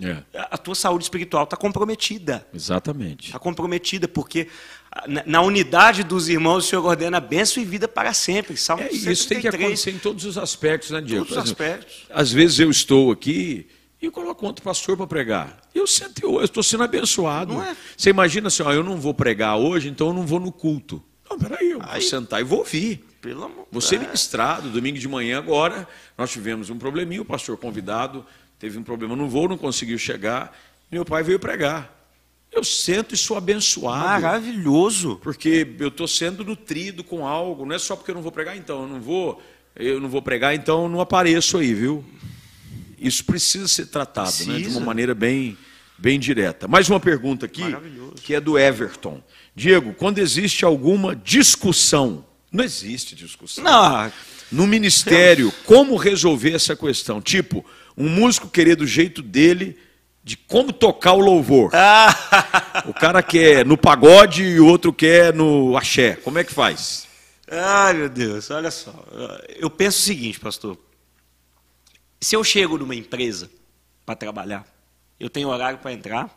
[SPEAKER 1] É,
[SPEAKER 2] a a tua saúde espiritual está comprometida.
[SPEAKER 1] exatamente.
[SPEAKER 2] Está comprometida, porque ah, na, na unidade dos irmãos o Senhor ordena bênção e vida para sempre. Salmo
[SPEAKER 1] É, isso tem que
[SPEAKER 2] 133,
[SPEAKER 1] acontecer em todos os aspectos, né, Diego?
[SPEAKER 2] Todos os
[SPEAKER 1] Por exemplo,
[SPEAKER 2] aspectos.
[SPEAKER 1] Às vezes eu estou aqui e eu coloco outro pastor para pregar. Eu sento, eu estou sendo abençoado.
[SPEAKER 2] Não é?
[SPEAKER 1] Você imagina assim, ó, eu não vou pregar hoje, então eu não vou no culto. Não, peraí, eu vou
[SPEAKER 2] Aí-
[SPEAKER 1] sentar e vou ouvir.
[SPEAKER 2] Pelo amor
[SPEAKER 1] Você
[SPEAKER 2] é.
[SPEAKER 1] ministrado, domingo de manhã agora, nós tivemos um probleminha, o pastor convidado teve um problema no voo, não conseguiu chegar, meu pai veio pregar. Eu sento e sou abençoado.
[SPEAKER 2] Maravilhoso.
[SPEAKER 1] Porque eu estou sendo nutrido com algo, não é só porque eu não vou pregar, então eu não vou, eu não vou pregar, então eu não apareço aí, viu? Isso precisa ser tratado né, de
[SPEAKER 2] Precisa.
[SPEAKER 1] uma maneira bem, bem direta. Mais uma pergunta aqui,
[SPEAKER 2] Maravilhoso.
[SPEAKER 1] que é do Everton. Diego, quando existe alguma discussão, não existe discussão.
[SPEAKER 2] Não,
[SPEAKER 1] No ministério, como resolver essa questão? Tipo, um músico querer do jeito dele de como tocar o louvor.
[SPEAKER 2] Ah.
[SPEAKER 1] O cara quer no pagode e o outro quer no axé. Como é que faz?
[SPEAKER 2] Ai, meu Deus, olha só. Eu penso o seguinte, pastor. Se eu chego numa empresa para trabalhar, eu tenho horário para entrar,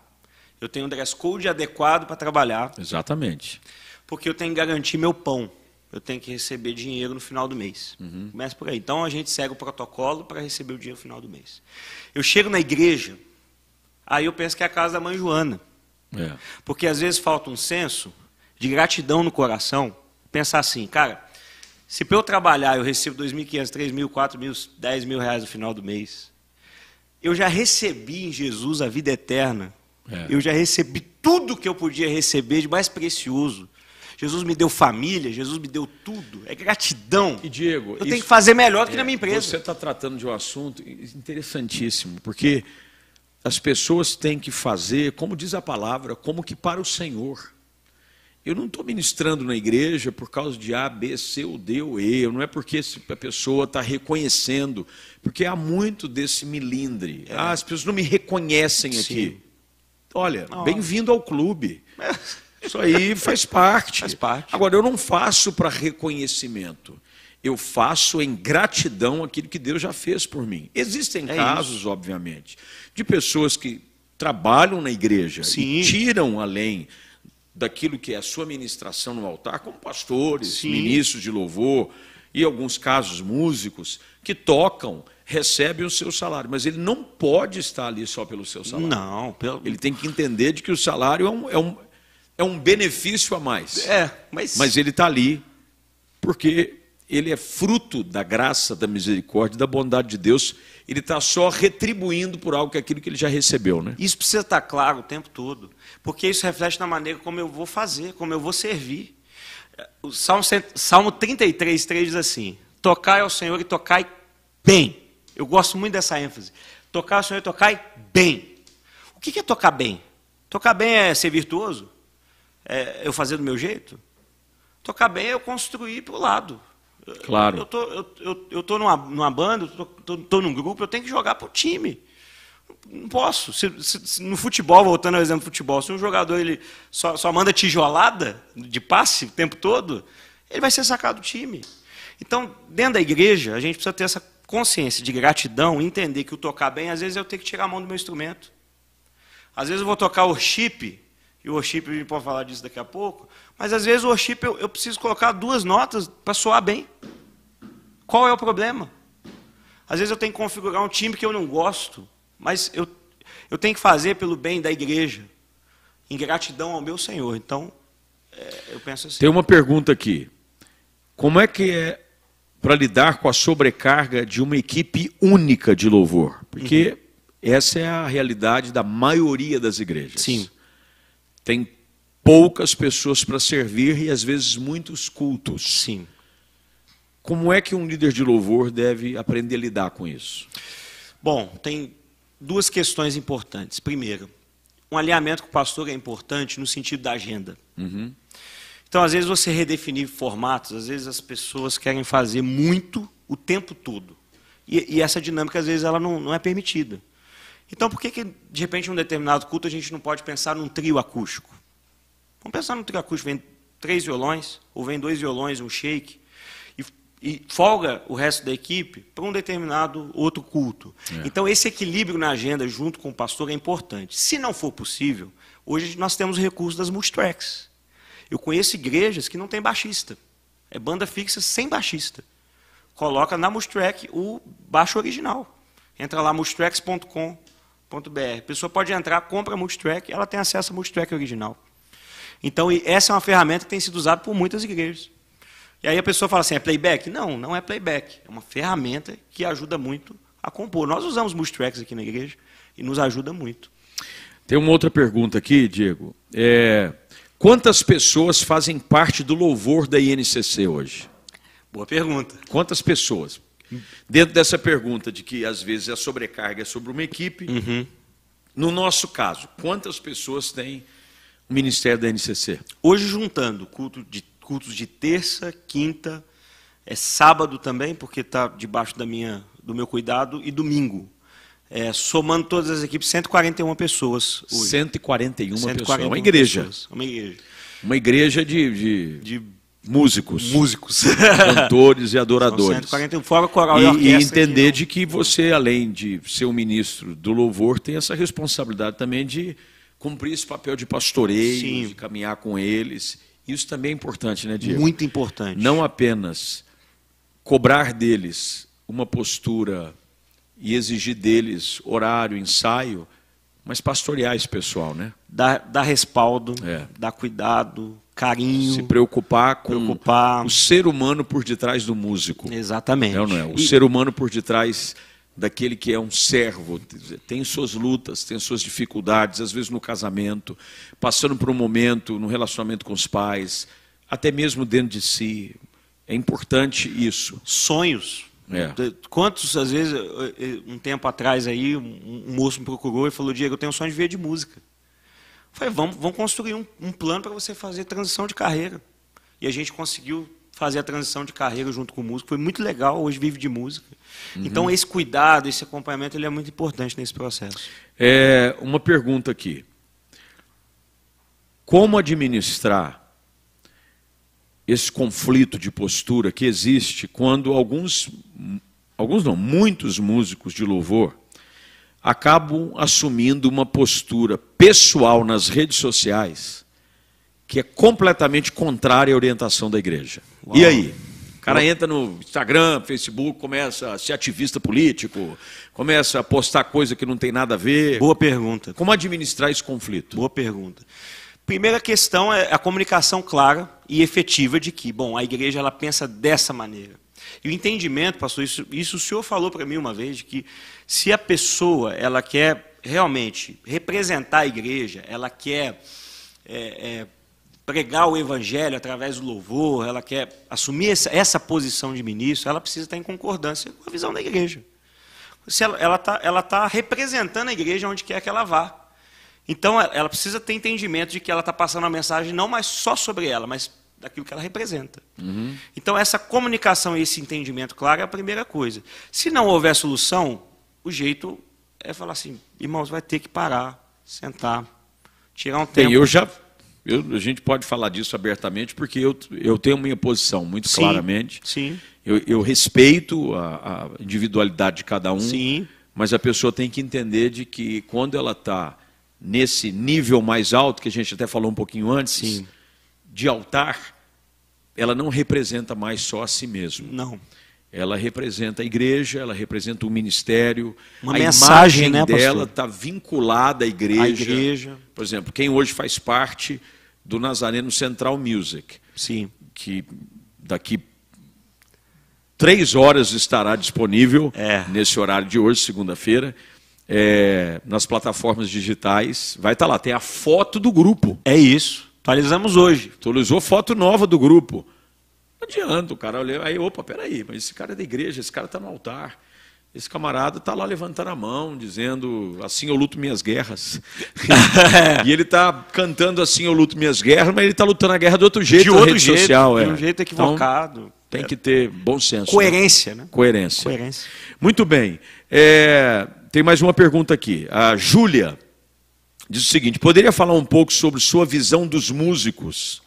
[SPEAKER 2] eu tenho um dress code adequado para trabalhar,
[SPEAKER 1] Exatamente.
[SPEAKER 2] porque eu tenho que garantir meu pão. Eu tenho que receber dinheiro no final do mês. Começa por aí. Então a gente segue o protocolo para receber o dinheiro no final do mês. Eu chego na igreja, aí eu penso que é a casa da mãe Joana.
[SPEAKER 1] É.
[SPEAKER 2] Porque às vezes falta um senso de gratidão no coração. Pensar assim, cara, se para eu trabalhar eu recebo 2.500, 3.000, 4.000, 10 mil reais no final do mês, eu já recebi em Jesus a vida eterna.
[SPEAKER 1] É.
[SPEAKER 2] Eu já recebi tudo que eu podia receber de mais precioso. Jesus me deu família, Jesus me deu tudo. É gratidão.
[SPEAKER 1] E Diego,
[SPEAKER 2] eu tenho
[SPEAKER 1] isso-
[SPEAKER 2] que fazer melhor do que
[SPEAKER 1] É,
[SPEAKER 2] na minha empresa.
[SPEAKER 1] Você está tratando de um assunto interessantíssimo, porque as pessoas têm que fazer, como diz a palavra, como que para o Senhor. Eu não estou ministrando na igreja por causa de A, B, C, ou D ou E. Não é porque a pessoa está reconhecendo. Porque há muito desse milindre.
[SPEAKER 2] É.
[SPEAKER 1] Ah, as pessoas não me reconhecem aqui. Olha,
[SPEAKER 2] Ó.
[SPEAKER 1] bem-vindo ao clube. Isso aí faz parte.
[SPEAKER 2] Faz parte.
[SPEAKER 1] Agora, eu não faço para reconhecimento. Eu faço em gratidão aquilo que Deus já fez por mim. Existem
[SPEAKER 2] É
[SPEAKER 1] casos, obviamente, de pessoas que trabalham na igreja
[SPEAKER 2] Sim.
[SPEAKER 1] e tiram além daquilo que é a sua ministração no altar, como pastores,
[SPEAKER 2] Sim.
[SPEAKER 1] ministros de louvor e alguns casos músicos que tocam, recebem o seu salário, mas ele não pode estar ali só pelo seu salário.
[SPEAKER 2] Não, pelo...
[SPEAKER 1] Ele tem que entender de que o salário é um, é um, é um benefício a mais.
[SPEAKER 2] É, mas...
[SPEAKER 1] Mas ele está ali porque ele é fruto da graça, da misericórdia, da bondade de Deus. Ele está só retribuindo por algo que é aquilo que ele já recebeu, né?
[SPEAKER 2] Isso precisa estar claro o tempo todo, porque isso reflete na maneira como eu vou fazer, como eu vou servir. É, O Salmo, cento- Salmo 33, 3 diz assim: Tocai ao Senhor e tocai bem. Eu gosto muito dessa ênfase. Tocar ao Senhor e tocai bem. O que que é tocar bem? Tocar bem é ser virtuoso? É eu fazer do meu jeito? Tocar bem é eu construir para o lado. Eu-
[SPEAKER 1] Claro.
[SPEAKER 2] Eu tô, eu, eu, eu tô numa, numa banda, eu tô, tô, tô num grupo, eu tenho que jogar para o time. Não posso. Se, se- se no futebol, voltando ao exemplo do futebol, se um jogador ele só, só manda tijolada de passe o tempo todo, ele vai ser sacado do time. Então, dentro da igreja, a gente precisa ter essa consciência de gratidão, entender que o tocar bem, às vezes é eu tenho que tirar a mão do meu instrumento. Às vezes eu vou tocar worship, e o worship a gente pode falar disso daqui a pouco, mas às vezes o worship eu, eu preciso colocar duas notas para soar bem. Qual é o problema? Às vezes eu tenho que configurar um time que eu não gosto, mas eu, eu tenho que fazer pelo bem da igreja, em gratidão ao meu Senhor. Então, é, eu penso assim.
[SPEAKER 1] Tem uma pergunta aqui. Como é que é para lidar com a sobrecarga de uma equipe única de louvor? Porque essa é a realidade da maioria das igrejas.
[SPEAKER 2] Uhum. Sim.
[SPEAKER 1] Tem poucas pessoas para servir e às vezes muitos cultos.
[SPEAKER 2] Sim.
[SPEAKER 1] Como é que um líder de louvor deve aprender a lidar com isso?
[SPEAKER 2] Bom, tem duas questões importantes. Primeiro, um alinhamento com o pastor é importante no sentido da agenda. Então, às vezes, você redefinir formatos, às vezes as pessoas querem fazer muito o tempo todo. E, e essa dinâmica, às vezes, ela não, não é permitida. Então, por que, que, de repente, em um determinado culto, a gente não pode pensar num trio acústico? Vamos pensar num trio acústico, vem três violões, ou vem dois violões, um shake, e, e folga o resto da equipe para um determinado outro culto. Então, esse equilíbrio na agenda junto com o pastor é importante. Se não for possível, hoje nós temos o recurso das multitracks. Eu conheço igrejas que não tem baixista. É banda fixa sem baixista. Coloca na Multitrack o baixo original. Entra lá, multitracks.com.br. A pessoa pode entrar, compra a Multitrack, ela tem acesso à Multitrack original. Então, e essa é uma ferramenta que tem sido usada por muitas igrejas. E aí a pessoa fala assim, é playback? Não, não é playback. É uma ferramenta que ajuda muito a compor. Nós usamos Multitracks aqui na igreja e nos ajuda muito.
[SPEAKER 1] Tem uma outra pergunta aqui, Diego. É, quantas pessoas fazem parte do louvor da INCC hoje?
[SPEAKER 2] Boa pergunta.
[SPEAKER 1] Quantas pessoas? Dentro dessa pergunta de que às vezes a sobrecarga é sobre uma equipe, no nosso caso, quantas pessoas tem o Ministério da NCC?
[SPEAKER 2] Hoje, juntando culto de, cultos de terça, quinta, é sábado também, porque está debaixo da minha, do meu cuidado, e domingo. É, somando todas as equipes, 141 pessoas hoje.
[SPEAKER 1] 141, pessoas. É
[SPEAKER 2] 141
[SPEAKER 1] Uma igreja.
[SPEAKER 2] pessoas. Uma igreja.
[SPEAKER 1] Uma igreja de, de
[SPEAKER 2] De
[SPEAKER 1] músicos,
[SPEAKER 2] músicos.
[SPEAKER 1] cantores e
[SPEAKER 2] São
[SPEAKER 1] adoradores.
[SPEAKER 2] 141, fora coral e,
[SPEAKER 1] E, e
[SPEAKER 2] orquestra.
[SPEAKER 1] entender
[SPEAKER 2] que
[SPEAKER 1] de que você, além de ser um ministro do louvor, tem essa responsabilidade também de cumprir esse papel de pastoreio,
[SPEAKER 2] Sim.
[SPEAKER 1] de caminhar com eles. Isso também é importante, né,
[SPEAKER 2] não-
[SPEAKER 1] Diego?
[SPEAKER 2] Muito importante.
[SPEAKER 1] Não apenas cobrar deles uma postura e exigir deles horário, ensaio, mas pastorear esse pessoal, né?
[SPEAKER 2] Dá, dá respaldo,
[SPEAKER 1] É.
[SPEAKER 2] dá cuidado, carinho.
[SPEAKER 1] Se preocupar com
[SPEAKER 2] Preocupar.
[SPEAKER 1] o ser humano por detrás do músico.
[SPEAKER 2] Exatamente.
[SPEAKER 1] É ou não é? O
[SPEAKER 2] E-
[SPEAKER 1] ser humano por detrás daquele que é um servo tem suas lutas, tem suas dificuldades, às vezes no casamento, passando por um momento no relacionamento com os pais, até mesmo dentro de si. É importante isso.
[SPEAKER 2] sonhos.
[SPEAKER 1] É.
[SPEAKER 2] Quantos, às vezes, eh, eh, um tempo atrás aí, um um moço me procurou e falou, Diego, eu tenho um sonho de ver de música. Falei, vamos, vamos construir um, um plano para você fazer transição de carreira. E a gente conseguiu fazer a transição de carreira junto com o músico. Foi muito legal, hoje vive de música.
[SPEAKER 1] Uhum.
[SPEAKER 2] Então, esse cuidado, esse acompanhamento, ele é muito importante nesse processo.
[SPEAKER 1] É, uma pergunta aqui. Como administrar esse conflito de postura que existe quando alguns, alguns não, muitos músicos de louvor acabam assumindo uma postura pessoal nas redes sociais que é completamente contrária à orientação da igreja.
[SPEAKER 2] Uau.
[SPEAKER 1] E aí? O cara entra no Instagram, Facebook, começa a ser ativista político, começa a postar coisa que não tem nada a ver.
[SPEAKER 2] Boa pergunta.
[SPEAKER 1] Como administrar esse conflito?
[SPEAKER 2] Boa pergunta. Primeira questão é a comunicação clara e efetiva de que, bom, a igreja ela pensa dessa maneira. E o entendimento, pastor, isso, isso o senhor falou para mim uma vez, de que se a pessoa ela quer realmente representar a igreja, ela quer é, é, pregar o evangelho através do louvor, ela quer assumir essa, essa posição de ministro, ela precisa estar em concordância com a visão da igreja. Se ela está ela tá- ela tá representando a igreja onde quer que ela vá. Então, ela- ela precisa ter entendimento de que ela está passando a mensagem não mais só sobre ela, mas daquilo que ela representa.
[SPEAKER 1] Uhum.
[SPEAKER 2] Então, essa comunicação e esse entendimento claro é a primeira coisa. Se não houver solução, o jeito é falar assim, irmãos, vai ter que parar, sentar, tirar um tempo.
[SPEAKER 1] Tem, eu já. eu- a gente pode falar disso abertamente, porque eu, eu tenho minha posição muito
[SPEAKER 2] Sim,
[SPEAKER 1] claramente.
[SPEAKER 2] Sim,
[SPEAKER 1] Eu, eu respeito a, a individualidade de cada um,
[SPEAKER 2] sim.
[SPEAKER 1] mas a pessoa tem que entender de que quando ela está nesse nível mais alto, que a gente até falou um pouquinho antes,
[SPEAKER 2] Sim.
[SPEAKER 1] de altar, ela não representa mais só a si mesma.
[SPEAKER 2] Não.
[SPEAKER 1] Ela representa a igreja, ela representa o ministério.
[SPEAKER 2] Uma
[SPEAKER 1] a
[SPEAKER 2] mensagem,
[SPEAKER 1] imagem
[SPEAKER 2] né, pastor?
[SPEAKER 1] dela está vinculada à igreja.
[SPEAKER 2] A igreja,
[SPEAKER 1] Por exemplo, quem hoje faz parte do Nazareno Central Music,
[SPEAKER 2] sim.
[SPEAKER 1] que daqui três horas estará disponível
[SPEAKER 2] É.
[SPEAKER 1] nesse horário de hoje, segunda-feira, é, nas plataformas digitais. Vai estar lá, tem a foto do grupo.
[SPEAKER 2] É isso. Atualizamos hoje.
[SPEAKER 1] Atualizou foto nova do grupo. Não adianta, o cara olha, aí, opa, peraí, mas esse cara é da igreja, esse cara está no altar. Esse camarada está lá levantando a mão, dizendo assim eu luto minhas guerras. e ele está cantando assim eu luto minhas guerras, mas ele está lutando a guerra de outro jeito,
[SPEAKER 2] de
[SPEAKER 1] na
[SPEAKER 2] outro
[SPEAKER 1] rede
[SPEAKER 2] jeito,
[SPEAKER 1] social.
[SPEAKER 2] de
[SPEAKER 1] é.
[SPEAKER 2] um jeito
[SPEAKER 1] Então,
[SPEAKER 2] equivocado.
[SPEAKER 1] tem que ter bom senso. né?
[SPEAKER 2] Coerência, né?
[SPEAKER 1] Coerência.
[SPEAKER 2] Coerência.
[SPEAKER 1] Muito bem. É, tem mais uma pergunta aqui. A Júlia diz o seguinte: poderia falar um pouco sobre sua visão dos músicos,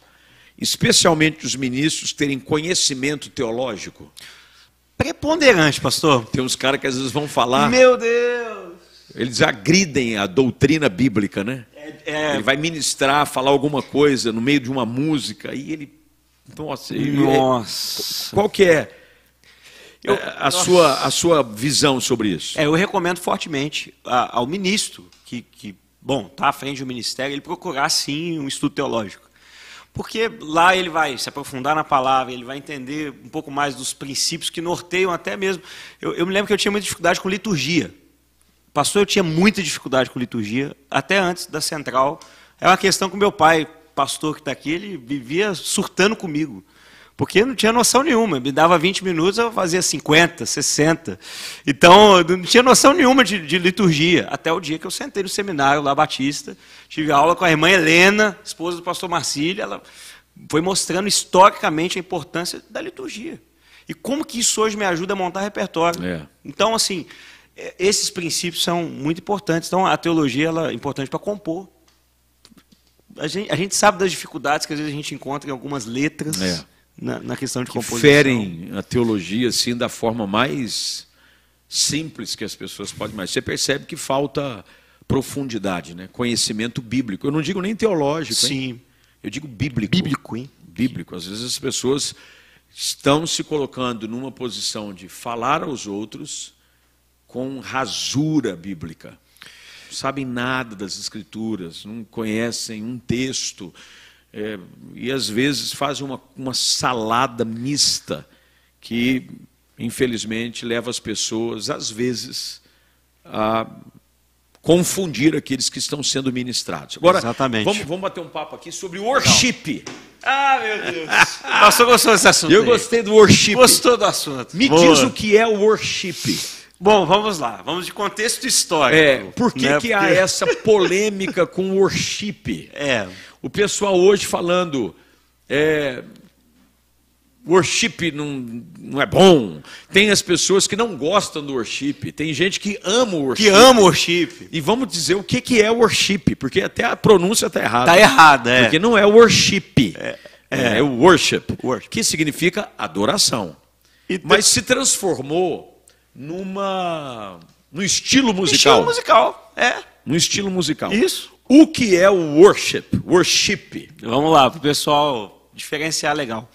[SPEAKER 1] especialmente os ministros terem conhecimento teológico?
[SPEAKER 2] Preponderante, pastor.
[SPEAKER 1] Tem uns caras que às vezes vão falar,
[SPEAKER 2] Meu Deus!
[SPEAKER 1] eles agridem a doutrina bíblica, né?
[SPEAKER 2] É,
[SPEAKER 1] Ele vai ministrar, falar alguma coisa no meio de uma música, e ele. Nossa,
[SPEAKER 2] é,
[SPEAKER 1] ele é-
[SPEAKER 2] nossa.
[SPEAKER 1] qual que é é,
[SPEAKER 2] Eu-
[SPEAKER 1] a, sua, a sua visão sobre isso?
[SPEAKER 2] É, eu recomendo fortemente a- ao ministro que, que bom, está à frente do ministério, ele procurar sim um estudo teológico. Porque lá ele vai se aprofundar na palavra, ele vai entender um pouco mais dos princípios que norteiam até mesmo. Eu, eu me lembro que eu tinha muita dificuldade com liturgia. Pastor, eu tinha muita dificuldade com liturgia, até antes da central. É uma questão que meu pai, pastor que está aqui, ele vivia surtando comigo. Porque eu não tinha noção nenhuma. Me dava 20 minutos, eu fazia 50, 60. Então, eu não tinha noção nenhuma de, de liturgia. Até o dia que eu sentei no seminário lá, Batista. Tive aula com a irmã Helena, esposa do pastor Marcílio. Ela foi mostrando historicamente a importância da liturgia. E como que isso hoje me ajuda a montar repertório.
[SPEAKER 1] É.
[SPEAKER 2] Então, assim, é, esses princípios são muito importantes. Então, a teologia ela é importante para compor. A gente, a gente sabe das dificuldades que às vezes a gente encontra em algumas letras
[SPEAKER 1] É.
[SPEAKER 2] na, na questão de
[SPEAKER 1] que
[SPEAKER 2] composição.
[SPEAKER 1] ferem a teologia assim da forma mais simples que as pessoas podem mais. Você percebe que falta profundidade, né? Conhecimento bíblico. Eu não digo nem teológico, hein?
[SPEAKER 2] Sim.
[SPEAKER 1] Eu digo bíblico.
[SPEAKER 2] Bíblico, hein?
[SPEAKER 1] Bíblico. Às vezes as pessoas estão se colocando numa posição de falar aos outros com rasura bíblica. Não sabem nada das escrituras, não conhecem um texto. é, e às vezes fazem uma, uma salada mista que, infelizmente, leva as pessoas, às vezes, a confundir aqueles que estão sendo ministrados. Agora,
[SPEAKER 2] Exatamente.
[SPEAKER 1] Vamos, vamos bater um papo aqui sobre worship.
[SPEAKER 2] Ah, meu Deus. Pastor gostou desse assunto.
[SPEAKER 1] Eu
[SPEAKER 2] aí.
[SPEAKER 1] gostei do worship.
[SPEAKER 2] Gostou do assunto.
[SPEAKER 1] Me
[SPEAKER 2] Boa.
[SPEAKER 1] diz o que é o worship.
[SPEAKER 2] Bom, vamos lá. Vamos de contexto histórico.
[SPEAKER 1] É, por que,
[SPEAKER 2] né?
[SPEAKER 1] que há
[SPEAKER 2] Porque-
[SPEAKER 1] essa polêmica com o worship?
[SPEAKER 2] É,
[SPEAKER 1] O pessoal hoje falando, é, worship não, não é bom. Tem as pessoas que não gostam do worship, tem gente que ama o worship.
[SPEAKER 2] que ama o worship.
[SPEAKER 1] E vamos dizer o que, que é worship, porque até a pronúncia está errada.
[SPEAKER 2] Tá errado, é.
[SPEAKER 1] Porque não é worship, é, é worship,
[SPEAKER 2] Worship.
[SPEAKER 1] que significa adoração.
[SPEAKER 2] E tem-
[SPEAKER 1] Mas se transformou numa num estilo musical.
[SPEAKER 2] Estilo musical. É,
[SPEAKER 1] Num estilo musical.
[SPEAKER 2] isso.
[SPEAKER 1] O que é o worship? Worship.
[SPEAKER 2] Vamos lá, para o pessoal diferenciar legal.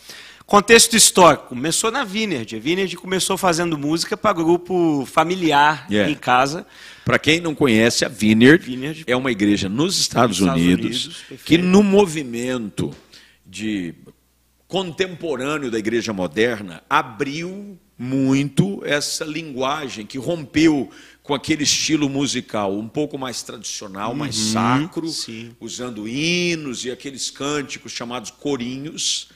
[SPEAKER 2] Contexto histórico. Começou na Vineyard. A Vineyard começou fazendo música para grupo familiar
[SPEAKER 1] Yeah.
[SPEAKER 2] em casa.
[SPEAKER 1] Para quem não conhece, a Vineyard,
[SPEAKER 2] Vineyard.
[SPEAKER 1] é uma igreja nos Estados,
[SPEAKER 2] Estados
[SPEAKER 1] Unidos,
[SPEAKER 2] Unidos, perfeito.
[SPEAKER 1] que no movimento de contemporâneo da igreja moderna abriu muito essa linguagem que rompeu com aquele estilo musical um pouco mais tradicional, mais sacro,
[SPEAKER 2] Uhum, sim.
[SPEAKER 1] usando hinos e aqueles cânticos chamados corinhos,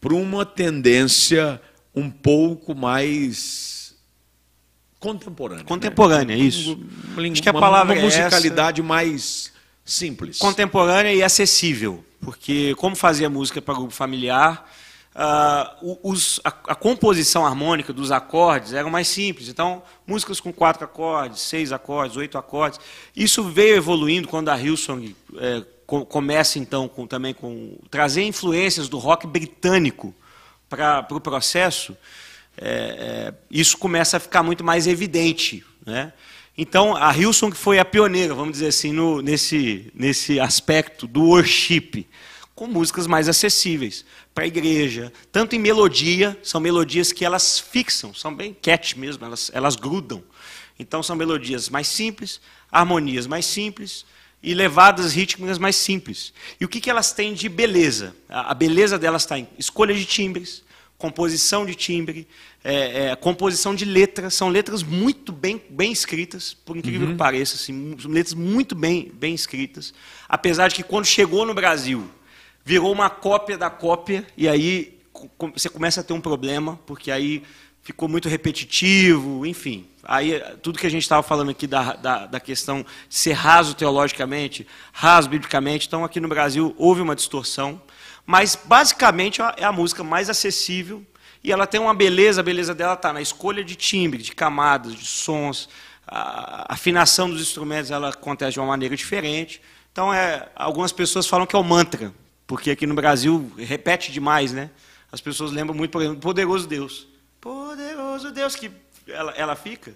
[SPEAKER 1] para uma tendência um pouco mais contemporânea. né?
[SPEAKER 2] Contemporânea, isso.
[SPEAKER 1] Uma, lingu-
[SPEAKER 2] Acho que a
[SPEAKER 1] uma-
[SPEAKER 2] palavra
[SPEAKER 1] uma
[SPEAKER 2] é essa.
[SPEAKER 1] musicalidade mais simples.
[SPEAKER 2] Contemporânea e acessível. Porque, como fazia música para grupo familiar, ah, o- os- a, a composição harmônica dos acordes era mais simples. Então, músicas com quatro acordes, seis acordes, oito acordes. Isso veio evoluindo quando a Hillsong eh, co- começa, então, com- também com trazer influências do rock britânico para o processo. É, é, isso começa a ficar muito mais evidente. Né? Então, a Hillsong foi a pioneira, vamos dizer assim, no- nesse, nesse aspecto do worship, com músicas mais acessíveis para a igreja, tanto em melodia, são melodias que elas fixam, são bem catch mesmo, elas, elas grudam. Então, são melodias mais simples, harmonias mais simples, e levadas rítmicas mais simples. E o que, que elas têm de beleza? A a beleza delas está em escolha de timbres, composição de timbre, é, é, composição de letras. São letras muito bem, bem escritas, por incrível que pareça. Assim, mu- são letras muito bem, bem escritas. Apesar de que, quando chegou no Brasil, virou uma cópia da cópia, e aí co- co- você começa a ter um problema, porque aí ficou muito repetitivo, enfim. Aí eh, tudo que a gente estava falando aqui da, da, da questão de ser raso teologicamente, raso biblicamente, então aqui no Brasil houve uma distorção, mas basicamente ó, é a música mais acessível e ela tem uma beleza, a beleza dela está na escolha de timbre, de camadas, de sons, a a afinação dos instrumentos ela acontece de uma maneira diferente. Então é, algumas pessoas falam que é o mantra, porque aqui no Brasil repete demais, né? As pessoas lembram muito, por exemplo, Poderoso Deus. Poderoso Deus, que ela, ela fica.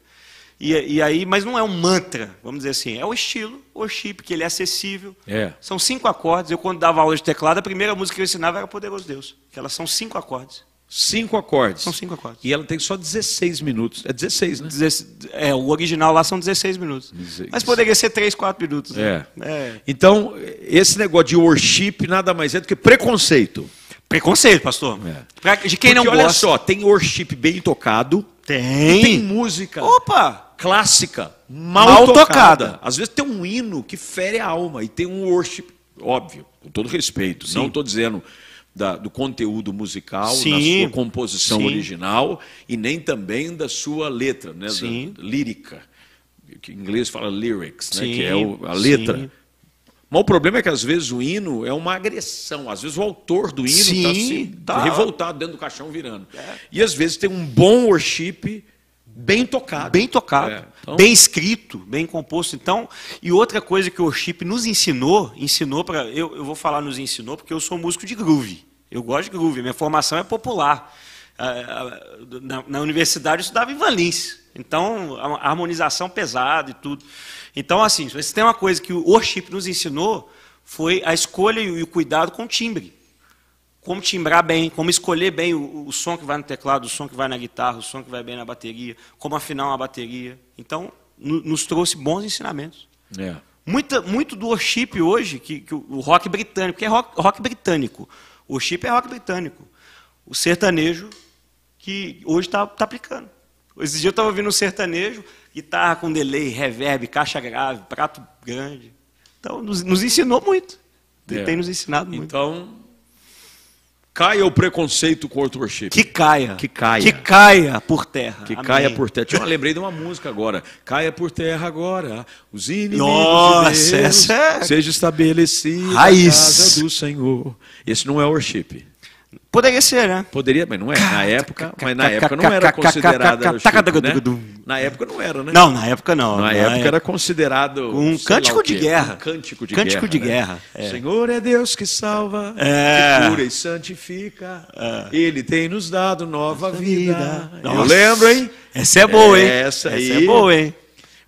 [SPEAKER 2] E, e aí, mas não é um mantra, vamos dizer assim, é o estilo, o chip, que ele é acessível.
[SPEAKER 1] É.
[SPEAKER 2] São cinco acordes. Eu, quando dava aula de teclado, a primeira música que eu ensinava era Poderoso Deus. Que elas são cinco acordes.
[SPEAKER 1] Cinco acordes.
[SPEAKER 2] São cinco acordes.
[SPEAKER 1] E ela tem só 16 minutos. É 16, né?
[SPEAKER 2] Dezesse- É, o original lá são 16 minutos.
[SPEAKER 1] Dezesseis.
[SPEAKER 2] Mas poderia ser 3, 4 minutos. né? É.
[SPEAKER 1] Então, esse negócio de worship nada mais é do que preconceito.
[SPEAKER 2] Preconceito, pastor.
[SPEAKER 1] É.
[SPEAKER 2] Pra- de
[SPEAKER 1] Porque
[SPEAKER 2] quem não
[SPEAKER 1] olha
[SPEAKER 2] gosta.
[SPEAKER 1] só, tem worship bem tocado,
[SPEAKER 2] Tem.
[SPEAKER 1] tem música
[SPEAKER 2] Opa!
[SPEAKER 1] clássica mal,
[SPEAKER 2] Mal
[SPEAKER 1] tocada.
[SPEAKER 2] tocada.
[SPEAKER 1] Às vezes tem um hino que fere a alma e tem um worship, óbvio, com todo respeito. Não estou dizendo da- do conteúdo musical,
[SPEAKER 2] Sim.
[SPEAKER 1] da sua composição
[SPEAKER 2] Sim.
[SPEAKER 1] original e nem também da sua letra, né, da-
[SPEAKER 2] Sim.
[SPEAKER 1] lírica. Que em inglês fala lyrics, né,
[SPEAKER 2] Sim,
[SPEAKER 1] que é o- a letra.
[SPEAKER 2] sim.
[SPEAKER 1] Mas o problema é que às vezes o hino é uma agressão. Às vezes o autor do hino está
[SPEAKER 2] Sim, tá. É.
[SPEAKER 1] revoltado dentro do caixão virando. E às vezes tem um bom worship bem tocado.
[SPEAKER 2] Bem tocado,
[SPEAKER 1] É, então-
[SPEAKER 2] bem escrito, bem composto. Então, e outra coisa que o Chip nos ensinou, ensinou para eu, eu vou falar nos ensinou porque eu sou músico de groove. Eu gosto de groove. Minha formação é popular. Ah, ah, Na, na universidade eu estudava Ivan Lins. Então, a- a harmonização pesada e tudo. Então, assim, se tem uma coisa que o Chip nos ensinou foi a escolha e o e o cuidado com o timbre como timbrar bem, como escolher bem o, o som que vai no teclado, o som que vai na guitarra, o som que vai bem na bateria, como afinar uma bateria. Então, no- nos trouxe bons ensinamentos.
[SPEAKER 1] É.
[SPEAKER 2] Muita, muito do worship hoje, que, que o o rock britânico, que é rock, rock britânico. O worship é rock britânico. O sertanejo, que hoje está tá aplicando. Esse dia eu estava ouvindo um sertanejo, guitarra com delay, reverb, caixa grave, prato grande. Então, nos, nos ensinou muito. Ele
[SPEAKER 1] É.
[SPEAKER 2] tem nos ensinado muito.
[SPEAKER 1] Então, Caia o preconceito contra o worship.
[SPEAKER 2] Que caia.
[SPEAKER 1] Que caia.
[SPEAKER 2] Que caia por terra.
[SPEAKER 1] Que
[SPEAKER 2] Amém.
[SPEAKER 1] caia por terra. Tinha, eu lembrei de uma múca agora. Caia por terra agora. Os inimigos
[SPEAKER 2] Nossa,
[SPEAKER 1] de Deus,
[SPEAKER 2] essa é-
[SPEAKER 1] seja estabelecida
[SPEAKER 2] Raiz.
[SPEAKER 1] a casa do Senhor. Esse não é worship.
[SPEAKER 2] Poderia ser, né?
[SPEAKER 1] Poderia, mas não é. Na época, mas na
[SPEAKER 2] ca-
[SPEAKER 1] época
[SPEAKER 2] ca-
[SPEAKER 1] não era
[SPEAKER 2] ca- ca-
[SPEAKER 1] considerada
[SPEAKER 2] ca- ca-
[SPEAKER 1] worship, né?
[SPEAKER 2] tacadugadum.
[SPEAKER 1] Na época não era, né?
[SPEAKER 2] Não, na época não.
[SPEAKER 1] Na época era considerado sei
[SPEAKER 2] Um
[SPEAKER 1] lá
[SPEAKER 2] cântico
[SPEAKER 1] o quê,
[SPEAKER 2] de guerra.
[SPEAKER 1] um cântico de
[SPEAKER 2] Cântico de
[SPEAKER 1] guerra.
[SPEAKER 2] guerra, é.
[SPEAKER 1] O Senhor é Deus que salva,
[SPEAKER 2] É.
[SPEAKER 1] que cura e santifica. Ele tem nos dado É. nova vida. Eu
[SPEAKER 2] Nossa.
[SPEAKER 1] lembro, hein?
[SPEAKER 2] Essa é boa, hein?
[SPEAKER 1] Essa aí.
[SPEAKER 2] é boa, hein?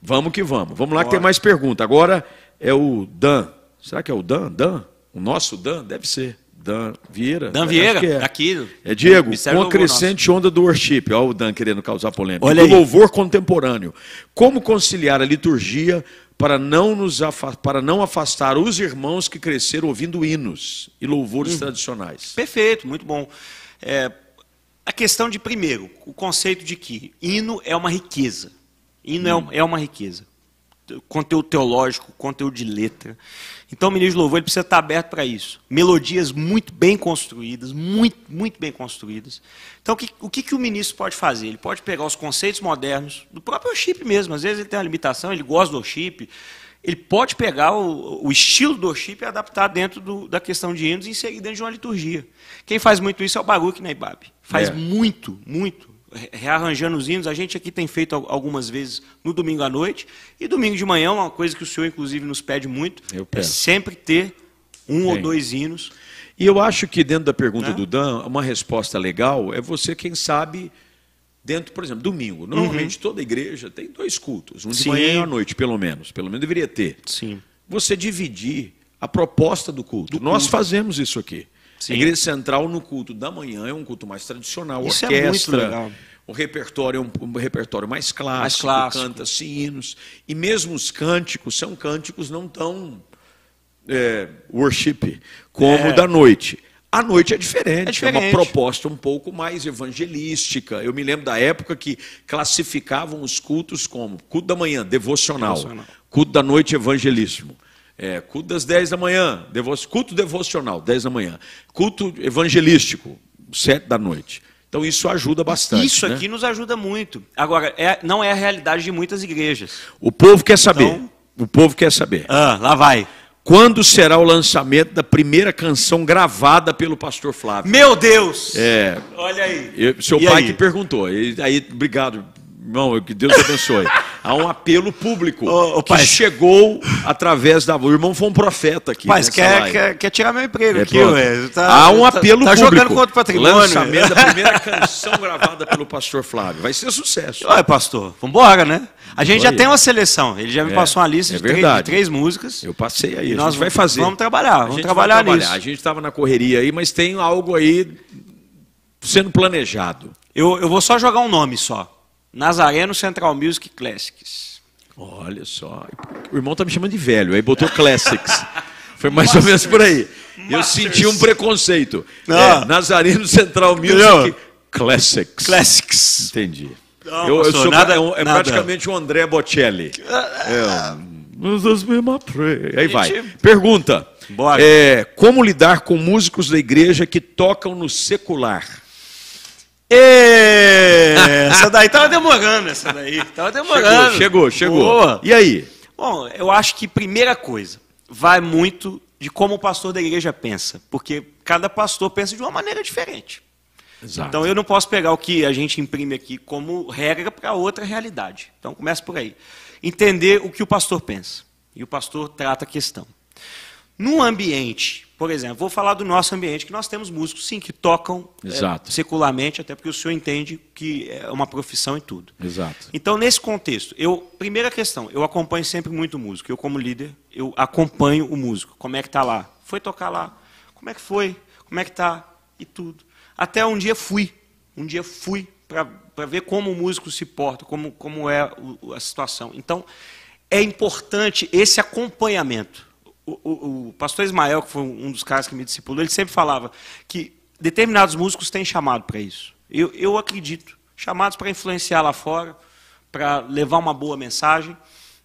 [SPEAKER 1] Vamos que vamos. Vamos lá que tem mais pergunta. Agora é o Dan. Será que é o Dan? Dan? O nosso Dan? Deve ser. Dan Vieira.
[SPEAKER 2] Dan
[SPEAKER 1] Acho
[SPEAKER 2] Vieira,
[SPEAKER 1] que é.
[SPEAKER 2] daqui.
[SPEAKER 1] É Diego,
[SPEAKER 2] Ministério
[SPEAKER 1] com a
[SPEAKER 2] do Louvor
[SPEAKER 1] crescente onda do worship, olha o Dan querendo causar polêmica,
[SPEAKER 2] Olha
[SPEAKER 1] do
[SPEAKER 2] aí.
[SPEAKER 1] louvor contemporâneo. Como conciliar a liturgia para não, nos afa- para não afastar os irmãos que cresceram ouvindo hinos e
[SPEAKER 2] Hum.
[SPEAKER 1] louvores tradicionais?
[SPEAKER 2] Perfeito, muito bom. É, a questão de, primeiro, o conceito de que hino é uma riqueza. Hino é um- é, uma riqueza. Conteúdo teológico, conteúdo de letra. Então, o ministro de louvor ele precisa estar aberto para isso. Melodias muito bem construídas, muito, muito bem construídas. Então, o que, o que que o ministro pode fazer? Ele pode pegar os conceitos modernos, do próprio chip mesmo. Às vezes ele tem uma limitação, ele gosta do chip. Ele pode pegar o, o estilo do worship e adaptar dentro do- da questão de hinos e inserir dentro de uma liturgia. Quem faz muito isso é o Baruch Neibab. Faz
[SPEAKER 1] É.
[SPEAKER 2] muito, muito. Re- Rearranjando os hinos. A gente aqui tem feito al- algumas vezes no domingo à noite. E domingo de manhã, é uma coisa que o senhor, inclusive, nos pede muito,
[SPEAKER 1] Eu
[SPEAKER 2] é
[SPEAKER 1] peço.
[SPEAKER 2] sempre ter um ou
[SPEAKER 1] Tem.
[SPEAKER 2] dois hinos.
[SPEAKER 1] E eu acho que dentro da pergunta
[SPEAKER 2] Né?
[SPEAKER 1] do Dan, uma resposta legal é você, quem sabe, dentro, por exemplo, domingo. Normalmente toda igreja tem dois cultos, um de
[SPEAKER 2] Uhum. Sim.
[SPEAKER 1] manhã e um à noite, pelo menos. Pelo menos deveria ter.
[SPEAKER 2] Sim.
[SPEAKER 1] você dividir a proposta do culto. Nós fazemos isso aqui.
[SPEAKER 2] Sim.
[SPEAKER 1] A Igreja Central no culto da manhã é um culto mais tradicional,
[SPEAKER 2] Isso é muito
[SPEAKER 1] orquestra.
[SPEAKER 2] legal.
[SPEAKER 1] O repertório é um, um repertório mais clássico,
[SPEAKER 2] Mais clássico.
[SPEAKER 1] canta-se hinos. E mesmo os cânticos são cânticos não tão é, worship como o da noite. A noite é diferente,
[SPEAKER 2] É diferente.
[SPEAKER 1] uma proposta um pouco mais evangelística. Eu me lembro da época que classificavam os cultos como culto da manhã, devocional,
[SPEAKER 2] Devocional.
[SPEAKER 1] culto da noite, evangelismo. É, culto das 10 da manhã, devo- culto devocional, 10 da manhã. Culto evangelístico, 7 da noite. Então isso ajuda bastante.
[SPEAKER 2] Isso
[SPEAKER 1] né?
[SPEAKER 2] aqui nos ajuda muito. Agora, é- não é a realidade de muitas igrejas.
[SPEAKER 1] O povo quer saber.
[SPEAKER 2] Então-
[SPEAKER 1] O povo quer saber.
[SPEAKER 2] Ah, lá vai.
[SPEAKER 1] Quando será o lançamento da primeira canção gravada pelo pastor Flávio?
[SPEAKER 2] Meu Deus!
[SPEAKER 1] É,
[SPEAKER 2] Olha aí.
[SPEAKER 1] Eu- seu
[SPEAKER 2] E
[SPEAKER 1] pai
[SPEAKER 2] aí?
[SPEAKER 1] que perguntou. E aí, obrigado, irmão, que Deus te abençoe. Há um apelo público
[SPEAKER 2] Ô, ô,
[SPEAKER 1] que
[SPEAKER 2] pai.
[SPEAKER 1] chegou através da. O irmão foi um profeta aqui.
[SPEAKER 2] Mas
[SPEAKER 1] nessa
[SPEAKER 2] quer,
[SPEAKER 1] live.
[SPEAKER 2] quer, quer tirar meu emprego
[SPEAKER 1] É,
[SPEAKER 2] aqui,
[SPEAKER 1] pronto.
[SPEAKER 2] ué.
[SPEAKER 1] Há um apelo
[SPEAKER 2] tá, tá
[SPEAKER 1] público.
[SPEAKER 2] jogando contra o patrimônio.
[SPEAKER 1] Lançamento da primeira canção gravada pelo pastor Flávio. Vai ser sucesso.
[SPEAKER 2] Olha, pastor, vambora, né? A gente já
[SPEAKER 1] Olha.
[SPEAKER 2] tem uma seleção. Ele já me
[SPEAKER 1] É,
[SPEAKER 2] passou uma lista
[SPEAKER 1] é
[SPEAKER 2] de, três, de
[SPEAKER 1] verdade.
[SPEAKER 2] três músicas.
[SPEAKER 1] Eu passei aí.
[SPEAKER 2] E
[SPEAKER 1] a
[SPEAKER 2] nós
[SPEAKER 1] gente vai
[SPEAKER 2] vamos-
[SPEAKER 1] fazer.
[SPEAKER 2] vamos trabalhar, vamos
[SPEAKER 1] A gente
[SPEAKER 2] trabalhar
[SPEAKER 1] vai
[SPEAKER 2] nisso.
[SPEAKER 1] A gente estava na correria aí, mas tem algo aí sendo planejado.
[SPEAKER 2] Eu, eu vou só jogar um nome só. Nazareno Central Music Classics.
[SPEAKER 1] Olha só. O irmão tá me chamando de velho, aí botou classics. Foi mais ou menos por aí. Eu senti um preconceito.
[SPEAKER 2] Ah.
[SPEAKER 1] É, Nazareno Central Music
[SPEAKER 2] Entendeu?
[SPEAKER 1] Classics.
[SPEAKER 2] Classics.
[SPEAKER 1] Entendi.
[SPEAKER 2] Não,
[SPEAKER 1] eu, eu
[SPEAKER 2] pastor,
[SPEAKER 1] sou
[SPEAKER 2] nada-
[SPEAKER 1] é um- é
[SPEAKER 2] nada. Ah.
[SPEAKER 1] praticamente um André Bocelli. É. Aí vai.
[SPEAKER 2] Gente.
[SPEAKER 1] Pergunta.
[SPEAKER 2] Bora.
[SPEAKER 1] É, como lidar com músicos da igreja que tocam no secular?
[SPEAKER 2] Ê, É, Essa daí tava demorando, essa daí. Tava demorando.
[SPEAKER 1] Chegou, chegou, chegou.
[SPEAKER 2] Boa.
[SPEAKER 1] E aí?
[SPEAKER 2] Bom, eu acho que primeira coisa, vai muito de como o pastor da igreja pensa, porque cada pastor pensa de uma maneira diferente.
[SPEAKER 1] Exato.
[SPEAKER 2] Então eu não posso pegar o que a gente imprime aqui como regra para outra realidade. Então começa por aí. Entender o que o pastor pensa. E o pastor trata a questão. Num ambiente, por exemplo, vou falar do nosso ambiente, que nós temos músicos, sim, que tocam eh,
[SPEAKER 1] Exato.
[SPEAKER 2] secularmente, até porque o senhor entende que é uma profissão e tudo.
[SPEAKER 1] Exato.
[SPEAKER 2] Então, nesse contexto, eu primeira questão, eu acompanho sempre muito o músico. Eu, como líder, eu acompanho o músico. Como é que tá lá? Foi tocar lá? Como é que foi? Como é que tá? E tudo. Até um dia fui. Um dia fui para ver como o músico se porta, como, como é o- a situação. Então, é importante esse acompanhamento. O, o- o pastor Ismael, que foi um dos caras que me discipulou, ele sempre falava que determinados músicos têm chamado para isso. Eu, eu acredito. Chamados para influenciar lá fora, para levar uma boa mensagem.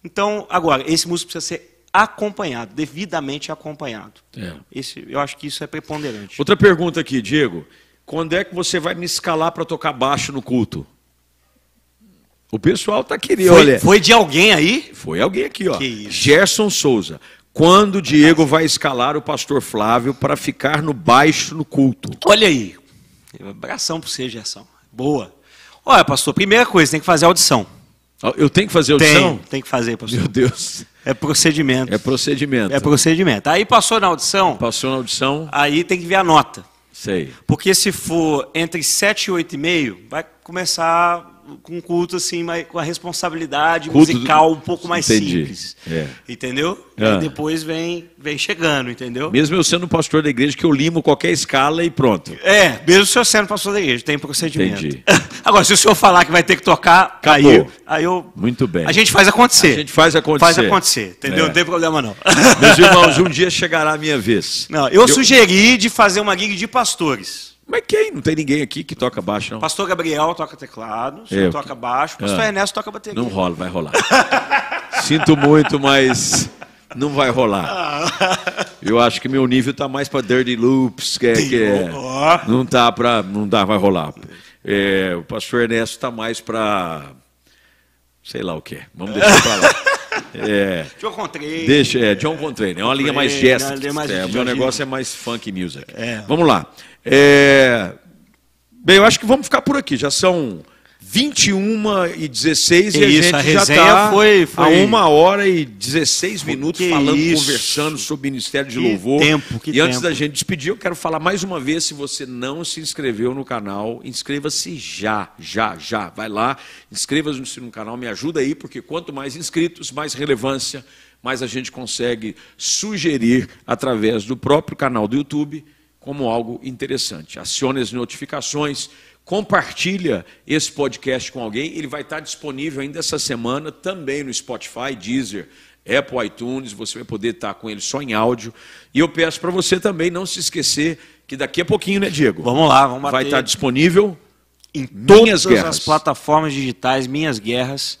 [SPEAKER 2] Então, agora, esse músico precisa ser acompanhado, devidamente acompanhado.
[SPEAKER 1] É.
[SPEAKER 2] Esse, eu acho que isso é preponderante.
[SPEAKER 1] Outra pergunta aqui, Diego. Quando é que você vai me escalar para tocar baixo no culto? O pessoal tá querendo,
[SPEAKER 2] Foi,
[SPEAKER 1] olha.
[SPEAKER 2] foi de alguém aí?
[SPEAKER 1] Foi alguém aqui, ó.
[SPEAKER 2] Que isso.
[SPEAKER 1] Gerson Souza. Quando o Diego vai escalar o pastor Flávio para ficar no baixo no culto?
[SPEAKER 2] Olha aí. Um Abração para você, Gerson. Boa. Olha, pastor, primeira coisa, tem que fazer audição.
[SPEAKER 1] Ó, Eu tenho que fazer audição?
[SPEAKER 2] Tem, tem que fazer, pastor.
[SPEAKER 1] Meu Deus.
[SPEAKER 2] É procedimento.
[SPEAKER 1] É procedimento.
[SPEAKER 2] É procedimento. Aí passou na audição,
[SPEAKER 1] Passou na audição?
[SPEAKER 2] aí tem que ver a nota.
[SPEAKER 1] Sei.
[SPEAKER 2] Porque se for entre 7 e 8 e meio, vai começar com um culto assim, mas com a responsabilidade
[SPEAKER 1] Culto do-
[SPEAKER 2] musical um pouco mais
[SPEAKER 1] Entendi.
[SPEAKER 2] simples.
[SPEAKER 1] É.
[SPEAKER 2] Entendeu?
[SPEAKER 1] Ah.
[SPEAKER 2] E depois vem, vem chegando, entendeu?
[SPEAKER 1] Mesmo eu sendo pastor da igreja, que eu limo qualquer escala e pronto.
[SPEAKER 2] É, mesmo o senhor sendo pastor da igreja, tem procedimento.
[SPEAKER 1] Entendi.
[SPEAKER 2] Agora, se o senhor falar que vai ter que tocar,
[SPEAKER 1] Acabou.
[SPEAKER 2] aí, aí eu.
[SPEAKER 1] Muito bem.
[SPEAKER 2] A gente faz acontecer.
[SPEAKER 1] A gente faz acontecer.
[SPEAKER 2] Faz acontecer, entendeu?
[SPEAKER 1] É.
[SPEAKER 2] Não tem problema, não.
[SPEAKER 1] Meus irmãos, um dia chegará a minha vez.
[SPEAKER 2] não eu, sugeri de fazer uma gig de pastores.
[SPEAKER 1] Mas quem? Não tem ninguém aqui que toca baixo, não.
[SPEAKER 2] Pastor Gabriel toca teclado, o senhor
[SPEAKER 1] Eu.
[SPEAKER 2] toca baixo, o pastor
[SPEAKER 1] Ah.
[SPEAKER 2] Ernesto toca bateria.
[SPEAKER 1] Não rola, vai rolar. Sinto muito, mas não vai rolar. Eu acho que meu nível tá mais para Dirty Loops, que, é- que é-
[SPEAKER 2] Ó.
[SPEAKER 1] não tá para, não dá, vai rolar. É, o pastor Ernesto tá mais para sei lá o que. Vamos deixar para lá. É,
[SPEAKER 2] eu encontrei.
[SPEAKER 1] Deixa, é, John Contrain, é uma linha mais
[SPEAKER 2] Coltrane,
[SPEAKER 1] jazz.
[SPEAKER 2] uma linha mais
[SPEAKER 1] é, o
[SPEAKER 2] jazz.
[SPEAKER 1] meu negócio é mais funk music.
[SPEAKER 2] É.
[SPEAKER 1] Vamos lá. É, Bem, eu acho que vamos ficar por aqui. Já são 21 e 16 e
[SPEAKER 2] É Isso,
[SPEAKER 1] a
[SPEAKER 2] a
[SPEAKER 1] gente já
[SPEAKER 2] resenha
[SPEAKER 1] está
[SPEAKER 2] foi- foi-
[SPEAKER 1] a uma hora e 16 minutos
[SPEAKER 2] Que
[SPEAKER 1] falando,
[SPEAKER 2] isso.
[SPEAKER 1] conversando sobre o Ministério de
[SPEAKER 2] Que
[SPEAKER 1] Louvor.
[SPEAKER 2] tempo, que
[SPEAKER 1] e antes
[SPEAKER 2] tempo.
[SPEAKER 1] da gente despedir, eu quero falar mais uma vez, se você não se inscreveu no canal, inscreva-se já, já, já. Vai lá, inscreva-se no canal, me ajuda aí, porque quanto mais inscritos, mais relevância, mais a gente consegue sugerir através do próprio canal do YouTube como algo interessante. Acione as notificações, compartilha esse podcast com alguém, ele vai estar disponível ainda essa semana também no Spotify, Deezer, Apple iTunes, você vai poder estar com ele só em áudio. E eu peço para você também não se esquecer que daqui a pouquinho, né, Diego?
[SPEAKER 2] Vamos lá, vamos bater.
[SPEAKER 1] vai tá estar disponível
[SPEAKER 2] em
[SPEAKER 1] Minhas
[SPEAKER 2] todas
[SPEAKER 1] Guerras.
[SPEAKER 2] as plataformas digitais, Minhas Guerras.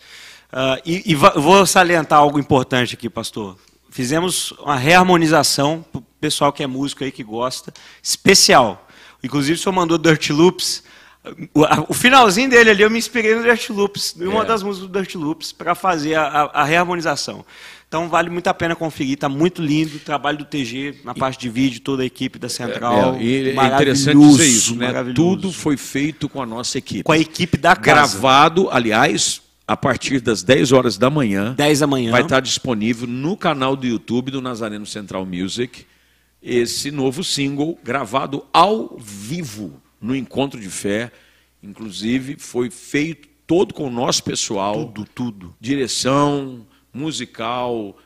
[SPEAKER 2] Ah, e e va- vou salientar algo importante aqui, pastor. Fizemos uma reharmonização para o pessoal que é músico aí, que gosta, especial. Inclusive, o senhor mandou Dirt Loops. O, a- o finalzinho dele ali, eu me inspirei no Dirt Loops, em uma
[SPEAKER 1] É.
[SPEAKER 2] das músicas do Dirt Loops, para fazer a, a- a reharmonização. Então, vale muito a pena conferir, está muito lindo o trabalho do TG, na parte de vídeo, toda a equipe da Central.
[SPEAKER 1] É, e é
[SPEAKER 2] Maravilhoso,
[SPEAKER 1] interessante dizer isso, né?
[SPEAKER 2] maravilhoso.
[SPEAKER 1] Tudo foi feito com a nossa equipe.
[SPEAKER 2] com a equipe da casa.
[SPEAKER 1] Gravado, aliás, a partir das 10 horas da manhã,
[SPEAKER 2] 10 da manhã.
[SPEAKER 1] vai tá estar disponível no canal do YouTube do Nazareno Central Music esse novo single gravado ao vivo no Encontro de Fé. Inclusive, foi feito todo com o nosso pessoal.
[SPEAKER 2] tudo, tudo.
[SPEAKER 1] direção musical,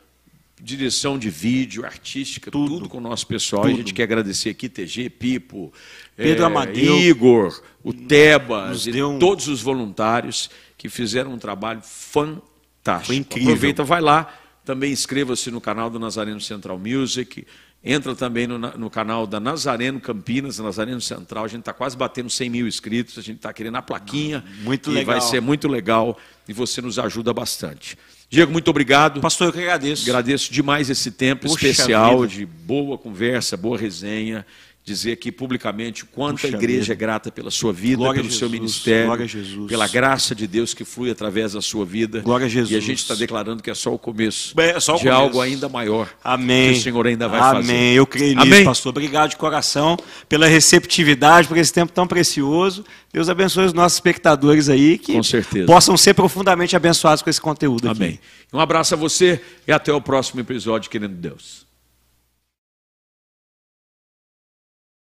[SPEAKER 1] direção de vídeo, artística, tudo, com o nosso pessoal. E a gente quer agradecer aqui TG, Pipo, é,
[SPEAKER 2] Pedro Amadeu.
[SPEAKER 1] Igor, o Tebas
[SPEAKER 2] nos
[SPEAKER 1] e
[SPEAKER 2] deu um-
[SPEAKER 1] todos os voluntários que fizeram um trabalho fantástico.
[SPEAKER 2] Foi incrível.
[SPEAKER 1] Aproveita, vai lá. Também inscreva-se no canal do Nazareno Central Music. Entra também no, na- no canal da Nazareno Campinas, Nazareno Central. A gente está quase batendo 100 mil inscritos. A gente está querendo a plaquinha.
[SPEAKER 2] Muito
[SPEAKER 1] e
[SPEAKER 2] legal.
[SPEAKER 1] vai ser É muito legal e você nos ajuda bastante. Diego, muito obrigado.
[SPEAKER 2] Pastor, eu que agradeço.
[SPEAKER 1] Agradeço demais esse tempo
[SPEAKER 2] Puxa
[SPEAKER 1] especial
[SPEAKER 2] vida.
[SPEAKER 1] de boa conversa, boa resenha. Dizer aqui publicamente o quanto
[SPEAKER 2] Puxa
[SPEAKER 1] a igreja
[SPEAKER 2] vida.
[SPEAKER 1] é grata pela sua vida,
[SPEAKER 2] Glória a
[SPEAKER 1] pelo seu
[SPEAKER 2] Jesus,
[SPEAKER 1] ministério,
[SPEAKER 2] glória a Jesus.
[SPEAKER 1] pela graça de Deus que flui através da sua vida.
[SPEAKER 2] Glória a Jesus.
[SPEAKER 1] E a gente está declarando que é só o começo
[SPEAKER 2] É só o
[SPEAKER 1] de
[SPEAKER 2] começo.
[SPEAKER 1] algo ainda maior
[SPEAKER 2] Amém.
[SPEAKER 1] que o Senhor ainda vai
[SPEAKER 2] Amém.
[SPEAKER 1] fazer.
[SPEAKER 2] Eu creio nisso,
[SPEAKER 1] Amém?
[SPEAKER 2] pastor. Obrigado de coração pela receptividade, por esse tempo tão precioso. Deus abençoe os nossos espectadores aí que
[SPEAKER 1] Com certeza.
[SPEAKER 2] possam ser profundamente abençoados com esse conteúdo aqui.
[SPEAKER 1] Amém. Um abraço a você e até o próximo episódio, querendo Deus.